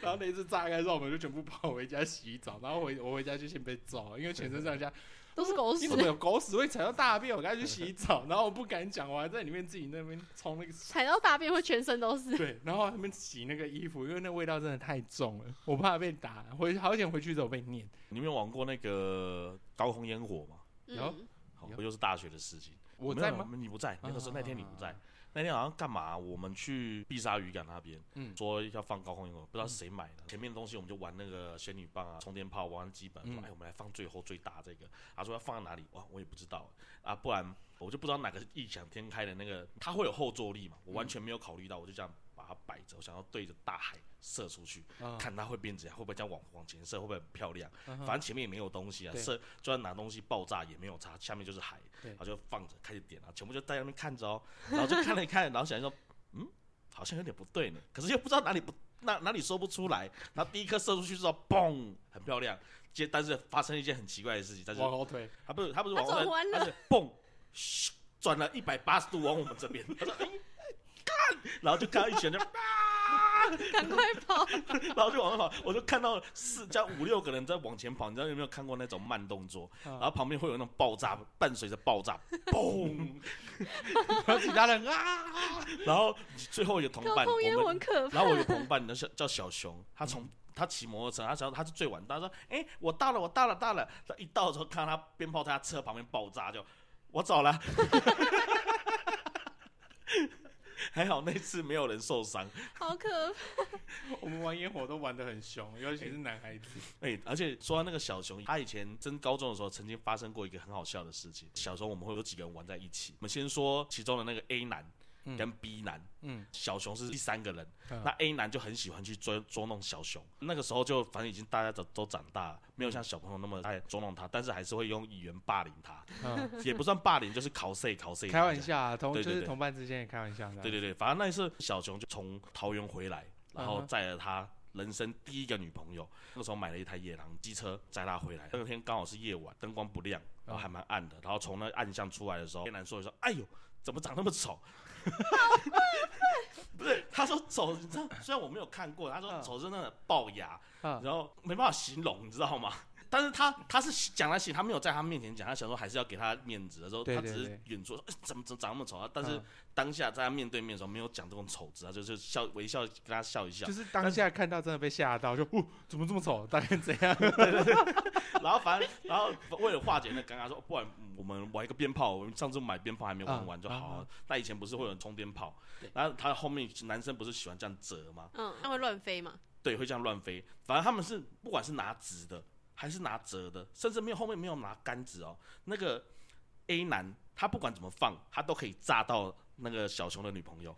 Speaker 3: 然后那一次炸开之后，我们就全部跑回家洗澡，然后回我回家就先被揍，因为全身上下
Speaker 1: 都是狗
Speaker 3: 你
Speaker 1: 屎
Speaker 3: 怎，么有狗屎会踩到大便？我赶紧去洗澡，然后我不敢讲，我还在里面自己那边冲那个
Speaker 1: 踩到大便会全身都是。
Speaker 3: 对，然后他们洗那个衣服，因为那味道真的太重了，我怕被打。回好险回去之后被念。
Speaker 2: 你们有玩过那个高空烟火吗？
Speaker 3: 有
Speaker 1: 嗯，
Speaker 2: 好，
Speaker 3: 有
Speaker 2: 又是大学的事情。
Speaker 3: 我
Speaker 2: 没
Speaker 3: 在
Speaker 2: 有
Speaker 3: 吗？？
Speaker 2: 你不在，那个时候
Speaker 3: 啊
Speaker 2: 那天你不在，那天好像干嘛？我们去碧沙渔港那边，
Speaker 3: 嗯
Speaker 2: 说要放高空烟火，不知道谁买的。前面的东西我们就玩那个仙女棒啊、充电炮，玩基本。说
Speaker 3: 嗯
Speaker 2: 哎，我们来放最后最大这个。他说要放在哪里？哇，我也不知道啊，不然我就不知道哪个异想天开的那个，它会有后坐力嘛？我完全没有考虑到，我就这样把它摆着，我想要对着大海射出去，
Speaker 3: 啊
Speaker 2: 看它会变怎样，会不会这样往往前射，会不会很漂亮？
Speaker 3: 嗯哼
Speaker 2: 反正前面也没有东西啊，
Speaker 3: 对
Speaker 2: 射就算拿东西爆炸也没有差，下面就是海，
Speaker 3: 对
Speaker 2: 然后就放着开始点啊，全部就在那边看着哦，然后就看了一看，然后想说，嗯，好像有点不对呢，可是又不知道哪里不那哪里说不出来，然后第一颗射出去之后，嘣，很漂亮。接但是发生一件很奇怪的事情，但是
Speaker 4: 往后退，
Speaker 2: 他不是他不是
Speaker 1: 他
Speaker 2: 往
Speaker 1: 转
Speaker 2: 外
Speaker 1: 弯，了
Speaker 2: 他是嘣，嘘转了一百八十度往我们这边，他说哎干，然后就看到一群人就啊，
Speaker 1: 赶快跑！
Speaker 2: 然后就往外跑，我就看到四加五六个人在往前跑，你知道有没有看过那种慢动作？
Speaker 4: 嗯
Speaker 2: 然后旁边会有那种爆炸，伴随着爆炸，嘣，
Speaker 4: 然后其他 人啊，
Speaker 2: 然后最后有同
Speaker 1: 高
Speaker 2: 伴，
Speaker 1: 空烟
Speaker 2: 我
Speaker 1: 火
Speaker 2: 们
Speaker 1: 很可怕。
Speaker 2: 然后我有同伴，叫叫小熊，他从他骑摩托车，他想他是最晚到，他说：“哎、我到了，我到了，到了。”他一到的时候，看到他鞭炮在他车旁边爆炸，就我走了。 还好那次没有人受伤，
Speaker 1: 好可怕！
Speaker 4: 我们玩烟火都玩得很凶，尤其是男孩子。
Speaker 2: 哎、而且说到那个小熊，他以前真高中的时候曾经发生过一个很好笑的事情。小时候我们会有几个人玩在一起，我们先说其中的那个 A 男
Speaker 3: 嗯
Speaker 2: 跟 B 男，
Speaker 3: 嗯，
Speaker 2: 小熊是第三个人，
Speaker 3: 嗯
Speaker 2: 那 A 男就很喜欢去捉捉弄小熊。那个时候就反正已经大家都都长大了，没有
Speaker 3: 嗯
Speaker 2: 像小朋友那么爱捉弄他，但是还是会用语言霸凌他，
Speaker 3: 嗯，
Speaker 2: 也不算霸凌，就是考 C 考 C。
Speaker 3: 开玩。笑啊，同
Speaker 2: 对
Speaker 3: 就
Speaker 2: 对
Speaker 3: 是
Speaker 2: 对
Speaker 3: 同伴之间也开玩笑的。啊
Speaker 2: 对对对，反正那一次小熊就从桃园回来，然后
Speaker 3: 嗯哼
Speaker 2: 载了他人生第一个女朋友。那个时候买了一台野狼机车，载她回来。那天刚好是夜晚，灯光不
Speaker 3: 嗯
Speaker 2: 亮，然后还蛮暗的。然后从那暗巷出来的时候，天南说一说：“哎呦，怎么长那么丑？” 不是，他说丑，你知道，虽然我没有看过，他说
Speaker 3: 嗯
Speaker 2: 丑是那种龅牙，
Speaker 3: 嗯
Speaker 2: 然后没办法形容，你知道吗？但是他他是讲来行，他没有在他面前讲，他想说还是要给他面子的时候，
Speaker 3: 对
Speaker 2: 他
Speaker 3: 对
Speaker 2: 只是
Speaker 3: 对
Speaker 2: 远处说、哎怎么怎么长那么丑啊？但是
Speaker 3: 嗯
Speaker 2: 当下在他面对面的时候，没有讲这种丑字啊，就是笑微笑跟他笑一笑
Speaker 3: 就。是当下看到真的被吓到，就哦，怎么这么丑？大概怎样？
Speaker 2: 然后反正，然后为了化解那尴尬，说不然嗯我们玩一个鞭炮。我们上次买鞭炮还没玩完，
Speaker 3: 嗯
Speaker 2: 就好
Speaker 3: 嗯
Speaker 2: 好。那以前不是会有人冲鞭炮
Speaker 4: 对，
Speaker 2: 然后他后面男生不是喜欢这样折吗？
Speaker 1: 嗯，那会乱飞嘛？
Speaker 2: 对，会这样乱飞。反正他们是不管是拿直的还是拿折的，甚至没有后面没有拿杆子哦。那个 A 男他不管怎么放，他都可以炸到那个小熊的女朋友。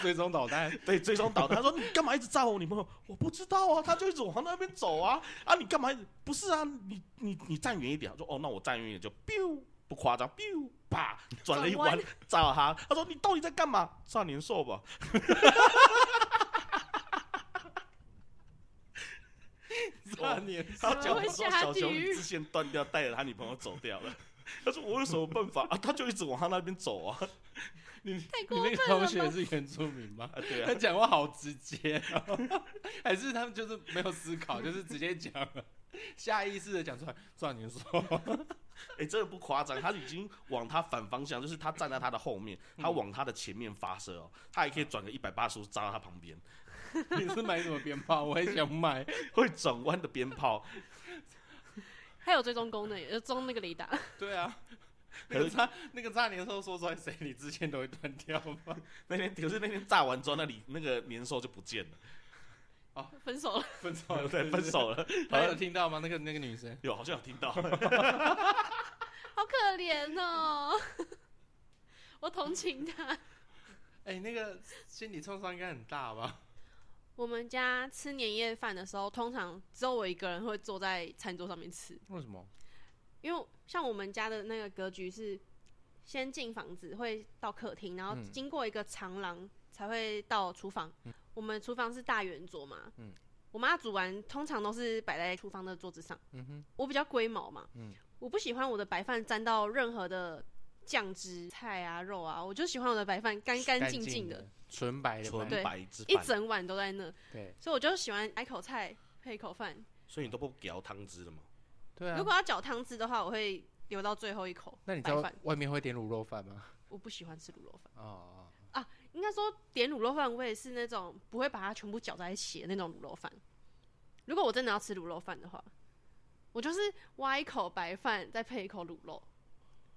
Speaker 4: 追踪导 弹，
Speaker 2: 对，追踪导弹。他说：“你干嘛一直炸我女朋友？”我不知道啊，他就一直往那边走啊啊！你干嘛一直？不是啊，你你你站远一点。我说：“哦，那我站远一点就 biu，不夸张 biu，啪，转了一
Speaker 1: 转
Speaker 2: 弯炸到他。”他说：“你到底在干嘛？少年兽吧。”
Speaker 4: 炸年
Speaker 2: 他讲
Speaker 1: 会
Speaker 2: 说
Speaker 1: 下
Speaker 2: 小
Speaker 1: 地
Speaker 2: 熊
Speaker 1: 狱
Speaker 2: 理智线断掉，带着他女朋友走掉了。他说：“我有什么办法啊？”他就一直往他那边走啊。
Speaker 1: 太
Speaker 4: 你
Speaker 1: 过
Speaker 4: 那
Speaker 1: 分
Speaker 4: 个同
Speaker 1: 了
Speaker 4: 学
Speaker 1: 吧！
Speaker 4: 是原住民吗
Speaker 2: 啊？对
Speaker 4: 他
Speaker 2: 啊，
Speaker 4: 讲话好直接、哦，还是他们就是没有思考，就是直接讲了，下意识的讲出来。算你说，
Speaker 2: 哎、真的不夸张，他已经往他反方向，就是他站在他的后面，他往他的前面发射哦，他还可以转个一百八十度扎到他旁边，
Speaker 4: 你是买什么鞭炮？我也想买。
Speaker 2: 会转弯的鞭炮，
Speaker 1: 还有追踪功能，有踪那个雷达。
Speaker 4: 对啊，那个炸那个炸年兽说出来，谁你之前都会断掉 吗？
Speaker 2: 那天可是那天炸完之后，那里那个年兽就不见了，
Speaker 1: 分手了，
Speaker 4: 分手了，
Speaker 2: 对，分。手了。
Speaker 4: 他有听到吗？那个那个女生，
Speaker 2: 有好像有听到，
Speaker 1: 好可怜哦！ 我同情他。
Speaker 4: 哎、那个心理创伤应该很大吧？
Speaker 1: 我们家吃年夜饭的时候，通常只有我一个人会坐在餐桌上面吃，
Speaker 3: 为什么？
Speaker 1: 因为像我们家的那个格局是，先进房子会到客厅，然后
Speaker 3: 嗯
Speaker 1: 经过一个长廊才会到厨房。我们厨房是大圆桌嘛，
Speaker 3: 嗯
Speaker 1: 我妈煮完通常都是摆在厨房的桌子上。
Speaker 3: 嗯哼，
Speaker 1: 我比较龟毛嘛，
Speaker 3: 嗯
Speaker 1: 我不喜欢我的白饭沾到任何的酱汁、菜啊、肉啊，我就喜欢我的白饭干干净净的，，
Speaker 3: 纯白的
Speaker 2: 纯
Speaker 3: 白，
Speaker 1: 对
Speaker 2: 白之
Speaker 1: 一
Speaker 2: 饭，
Speaker 1: 整碗都在那，
Speaker 3: 对
Speaker 1: 所以我就喜欢来口菜配一口饭。
Speaker 2: 所以你都不嚼汤汁了吗？
Speaker 3: 对啊
Speaker 1: 如。果要搅汤汁的话，我会留到最后一口。
Speaker 3: 那你在
Speaker 1: 白饭，
Speaker 3: 外面会点卤肉饭吗？
Speaker 1: 我不喜欢吃卤肉饭。
Speaker 3: 哦，
Speaker 1: 应该说点卤肉饭，我也是那种不会把它全部搅在一起的那种卤肉饭。如果我真的要吃卤肉饭的话，我就是挖一口白饭，再配一口卤肉，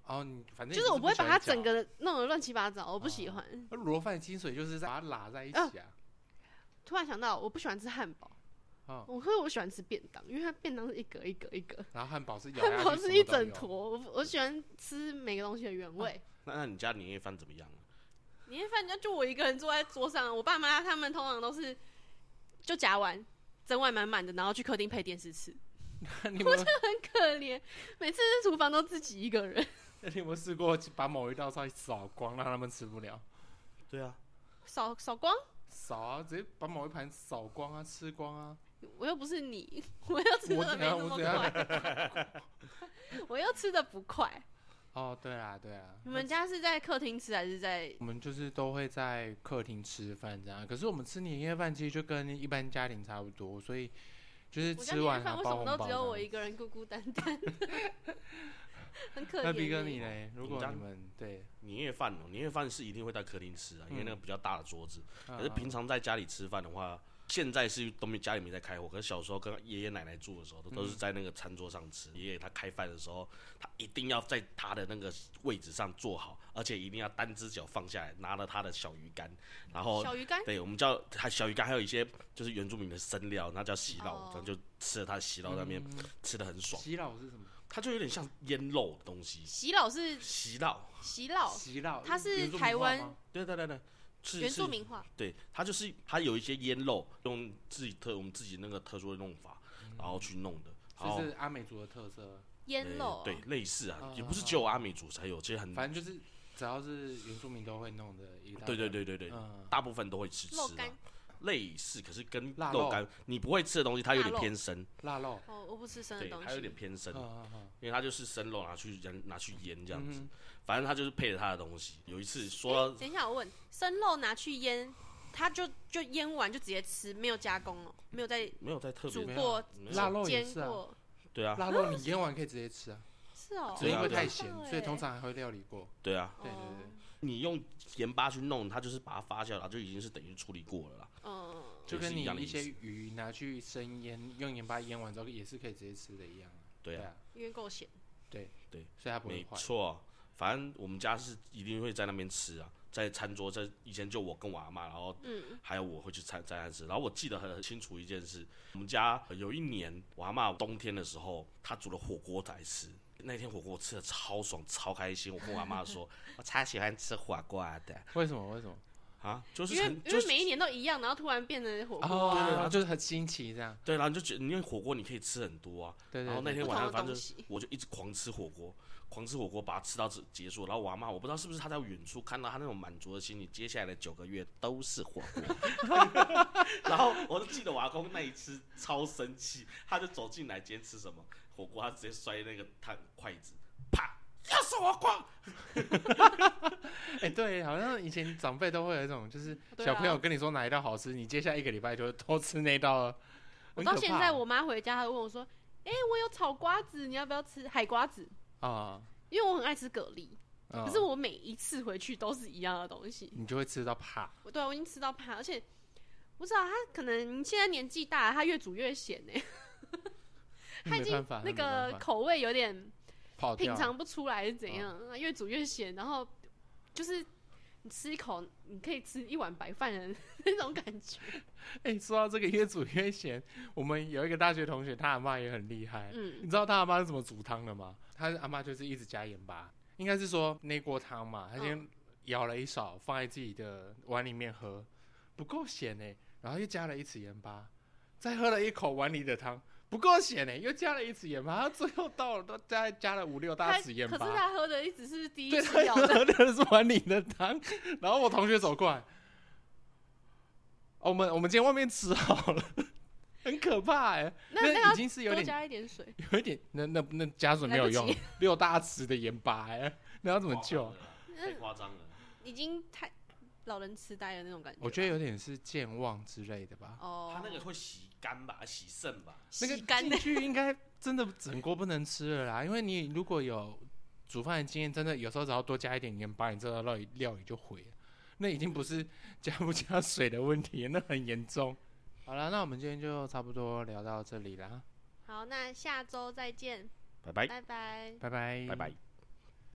Speaker 3: 哦，你反正
Speaker 1: 就是我
Speaker 3: 不
Speaker 1: 不会把它
Speaker 3: 喜欢
Speaker 1: 整
Speaker 3: 搅。
Speaker 1: 个弄得乱七八糟，我不喜
Speaker 3: 哦
Speaker 1: 欢。
Speaker 3: 那卤肉饭的精髓就是在把它拉在一起啊。
Speaker 1: 突然想到，我不喜欢吃汉堡，
Speaker 3: 哦，
Speaker 1: 我会我喜欢吃便当，因为它便当是一格一格一格，
Speaker 3: 然后汉堡是咬
Speaker 1: 汉
Speaker 3: 下
Speaker 1: 堡
Speaker 3: 去
Speaker 1: 是
Speaker 3: 哎什
Speaker 1: 一
Speaker 3: 么都
Speaker 1: 整
Speaker 3: 有。
Speaker 1: 坨。我我喜欢吃每个东西的原味。
Speaker 3: 哦
Speaker 5: 那那你家年夜饭怎么样啊？
Speaker 1: 年夜饭就就我一个人坐在桌上，我爸妈他们通常都是就夹完，整碗满满的，然后去客厅配电视吃，
Speaker 3: 你们
Speaker 1: 很可怜。每次厨房都自己一个人，
Speaker 3: 那 你有没有试过把某一道菜扫光，让他们吃不了？
Speaker 2: 对啊，
Speaker 1: 扫扫光，
Speaker 3: 扫啊，直接把某一盘扫光啊，吃光啊。
Speaker 1: 我又不是你， 我又吃
Speaker 3: 我
Speaker 1: 的
Speaker 3: 怎
Speaker 1: 没
Speaker 3: 样
Speaker 1: 那么
Speaker 3: 我怎样
Speaker 1: 快， 我又吃的不快。
Speaker 3: 哦，对啦，对啦，
Speaker 1: 你们家是在客厅吃还是在？
Speaker 3: 我们就是都会在客厅吃饭这样。可是我们吃年夜饭其实就跟一般家庭差不多，所以就是
Speaker 1: 我家
Speaker 3: 吃
Speaker 1: 年夜
Speaker 3: 完
Speaker 1: 饭
Speaker 3: 啊
Speaker 1: 为什
Speaker 3: 包
Speaker 1: 么
Speaker 3: 红包
Speaker 1: 都只有我
Speaker 3: 这样
Speaker 1: 一个人孤孤单单？ 很可怜欸。
Speaker 3: 那 B 哥你嘞？如
Speaker 2: 我
Speaker 3: 果
Speaker 2: 家
Speaker 3: 你们对，
Speaker 2: 年夜饭哦，年夜饭是一定会在客厅吃啊，因为
Speaker 3: 嗯
Speaker 2: 那个比较大的桌子。
Speaker 3: 可
Speaker 1: 啊
Speaker 2: 可是平常在家里吃饭的话，现在是都没家里没在开火，可是小时候跟爷爷奶奶住的时候，
Speaker 1: 嗯
Speaker 2: 都都是在那个餐桌上吃。爷爷他开饭的时候，他一定要在他的那个位置上坐好，而且一定要单只脚放下来，拿了他的小鱼干，然后
Speaker 1: 小鱼干
Speaker 2: 对，我们叫还小鱼干，还有一些就是原住民的生料，那叫洗
Speaker 1: 哦嗯
Speaker 2: 脑，然后就吃了它的洗脑那边吃的很爽，
Speaker 3: 洗脑是什么？
Speaker 2: 它就有点像腌肉的东西，
Speaker 1: 洗老是
Speaker 2: 洗脑，
Speaker 1: 洗老，
Speaker 3: 洗脑，
Speaker 1: 它是
Speaker 3: 原住民
Speaker 1: 台
Speaker 3: 话
Speaker 1: 湾
Speaker 3: 吗
Speaker 2: 对对对对，是
Speaker 1: 原住
Speaker 2: 是
Speaker 1: 民话，
Speaker 2: 对，它就是它有一些腌肉，用自己特我们自己那个特殊的弄法，然后去弄的，然后
Speaker 3: 嗯这是阿美族的特色，
Speaker 1: 腌肉
Speaker 2: 呃。对，类似啊，也不是
Speaker 3: 哦
Speaker 2: 只有阿美族才有，其实很
Speaker 3: 反正就是只要是原住民都会弄的一道。
Speaker 2: 对对，对对对，
Speaker 3: 嗯，
Speaker 2: 大部分都会吃吃
Speaker 1: 肉
Speaker 2: 的
Speaker 1: 干
Speaker 2: 啊，类似，可是跟
Speaker 3: 腊肉
Speaker 2: 肉干你不会吃的东西，它有
Speaker 1: 腊
Speaker 2: 点
Speaker 1: 肉
Speaker 2: 偏生，
Speaker 3: 腊肉，
Speaker 1: 哦，我不吃生的
Speaker 2: 对，
Speaker 1: 东
Speaker 2: 它有点
Speaker 1: 西。
Speaker 2: 偏生
Speaker 3: 嗯，嗯嗯，
Speaker 2: 因为它就是生肉拿去腌拿去腌这
Speaker 3: 这
Speaker 2: 样子，反正它就是配了它的东西。有一次说到
Speaker 1: 等一下，我问，生肉拿去腌，它就就腌完就直接吃，没有加工哦，没有再
Speaker 2: 没有在特
Speaker 1: 煮
Speaker 2: 别
Speaker 3: 没有
Speaker 1: 过、
Speaker 2: 没
Speaker 3: 腊
Speaker 2: 有
Speaker 3: 肉也
Speaker 1: 煎
Speaker 3: 是啊，
Speaker 1: 过，
Speaker 2: 对啊
Speaker 3: 腊肉你腌完可以直接吃啊，
Speaker 1: 是哦。
Speaker 3: 只是因为
Speaker 2: 对啊
Speaker 3: 太咸，所以通常还会料理过。
Speaker 2: 对啊，
Speaker 3: 对对对
Speaker 1: 哦
Speaker 2: 你用盐巴去弄，它就是把它发酵了，然后就已经是等于处理过了啦。
Speaker 1: 嗯，
Speaker 3: 就
Speaker 2: 也是
Speaker 3: 跟
Speaker 2: 一
Speaker 3: 你
Speaker 2: 样的
Speaker 3: 一
Speaker 2: 意思
Speaker 3: 些鱼拿去生腌，用盐巴腌完之后也是可以直接吃的一样啊。
Speaker 2: 对啊，
Speaker 3: 啊，
Speaker 1: 因为够咸。
Speaker 3: 所以它不会
Speaker 2: 没
Speaker 3: 坏。
Speaker 2: 错，反正我们家是一定会在那边吃啊，在餐桌在以前就我跟我阿妈，然后
Speaker 1: 嗯，
Speaker 2: 还有我会去餐在那吃。然后我记得很清楚一件事，我们家有一年我阿妈冬天的时候，她煮了火锅来吃。那天火锅吃的超爽，超开心。我跟我阿 妈说，我超喜欢吃火锅的
Speaker 3: 为什么？为什么？
Speaker 2: 啊，就是
Speaker 1: 因为
Speaker 2: 很
Speaker 1: 因
Speaker 2: 就
Speaker 1: 为
Speaker 2: 是
Speaker 1: 每一年都一样，然后突然变成火锅
Speaker 3: 哦，
Speaker 2: 对对
Speaker 1: 啊，
Speaker 3: 然后就是很新奇这样。
Speaker 2: 对，然后你就觉得因为火锅你可以吃很多啊，
Speaker 3: 对对。
Speaker 2: 然后那
Speaker 3: 对
Speaker 2: 天
Speaker 1: 不
Speaker 2: 晚
Speaker 1: 同
Speaker 2: 上
Speaker 1: 的
Speaker 2: 反
Speaker 1: 东
Speaker 2: 正
Speaker 1: 西。
Speaker 2: 我就一直狂吃火锅，狂吃火锅，把它吃到这结束。然后我阿妈，我不知道是不是她在远处看到她那种满足的心理，接下来的九个月都是火锅。然后我就记得我阿公那一次超生气，他就走进来今天吃什么火锅，他直接摔那个汤筷子，啪，又是火锅。
Speaker 3: 哎，对，好像以前长辈都会有一种，就是
Speaker 1: 对啊
Speaker 3: 小朋友跟你说哪一道好吃，你接下来一个礼拜就会偷吃那道了。
Speaker 1: 我
Speaker 3: 很
Speaker 1: 到
Speaker 3: 可
Speaker 1: 现
Speaker 3: 怕
Speaker 1: 在，我妈回家还问我说：“哎，我有炒瓜子，你要不要吃海瓜子？”
Speaker 3: 啊，
Speaker 1: 因为我很爱吃蛤蜊，可
Speaker 3: 可
Speaker 2: 哦
Speaker 1: 是我每一次回去都是一样的东西。
Speaker 3: 你就会吃到怕。
Speaker 1: 我对啊我已经吃到怕，而且我知道他可能现在年纪大了，他越煮越咸呢、他已
Speaker 3: 没
Speaker 1: 经
Speaker 2: 啊
Speaker 3: 办法，
Speaker 1: 那
Speaker 3: 没办
Speaker 1: 个
Speaker 3: 法
Speaker 1: 口味有点
Speaker 3: 跑
Speaker 1: 品
Speaker 3: 掉。嗯
Speaker 1: 尝不出来是怎样，啊越煮越咸，然后就是你吃一口，你可以吃一碗白饭的 那种感觉。
Speaker 3: 哎、说到这个越煮越咸，我们有一个大学同学，他阿妈也很厉害。
Speaker 1: 嗯，
Speaker 3: 你知道他阿妈是怎么煮汤的吗？他阿妈就是一直加盐巴，应该是说那锅汤嘛，他
Speaker 1: 嗯
Speaker 3: 先舀了一勺放在自己的碗里面喝，不够咸哎、然后又加了一匙盐巴，再喝了一口碗里的汤，不够咸哎、又加了一匙盐巴，他最后到了都加加了五六大
Speaker 1: 他
Speaker 3: 匙盐
Speaker 1: 可是
Speaker 3: 巴。
Speaker 1: 他喝的一直是第一
Speaker 3: 对
Speaker 1: 次
Speaker 3: 他
Speaker 1: 咬
Speaker 3: 喝
Speaker 1: 的，
Speaker 3: 的是碗里的汤，然后我同学走过来，哦、我们我们今天外面吃好了，很可怕哎、
Speaker 1: 那那
Speaker 3: 已
Speaker 1: 要
Speaker 3: 经是有
Speaker 1: 多
Speaker 3: 点
Speaker 1: 加一点 水。
Speaker 3: 有一点，那那那加水没有用
Speaker 1: 来，
Speaker 3: 六大匙的盐巴哎、那要怎么啊救？
Speaker 2: 太夸张了。
Speaker 1: 已经太老人痴呆的那种感觉吧。
Speaker 3: 我觉得有点是健忘之类的吧，
Speaker 1: 哦，
Speaker 2: 他那个会洗肝吧，洗肾吧，
Speaker 3: 那个
Speaker 1: 洗干的
Speaker 3: 进去应该真的整锅不能吃了啦，因为你如果有煮饭的经验，真的有时候只要多加一点盐巴，你这道料理料理就毁了。那已经不是加不加水的问题，那很严重。好了，那我们今天就差不多聊到这里啦，
Speaker 1: 好，那下周再见，
Speaker 2: 拜拜，
Speaker 3: 哎
Speaker 1: 拜拜。
Speaker 3: 拜拜，
Speaker 2: 拜拜。。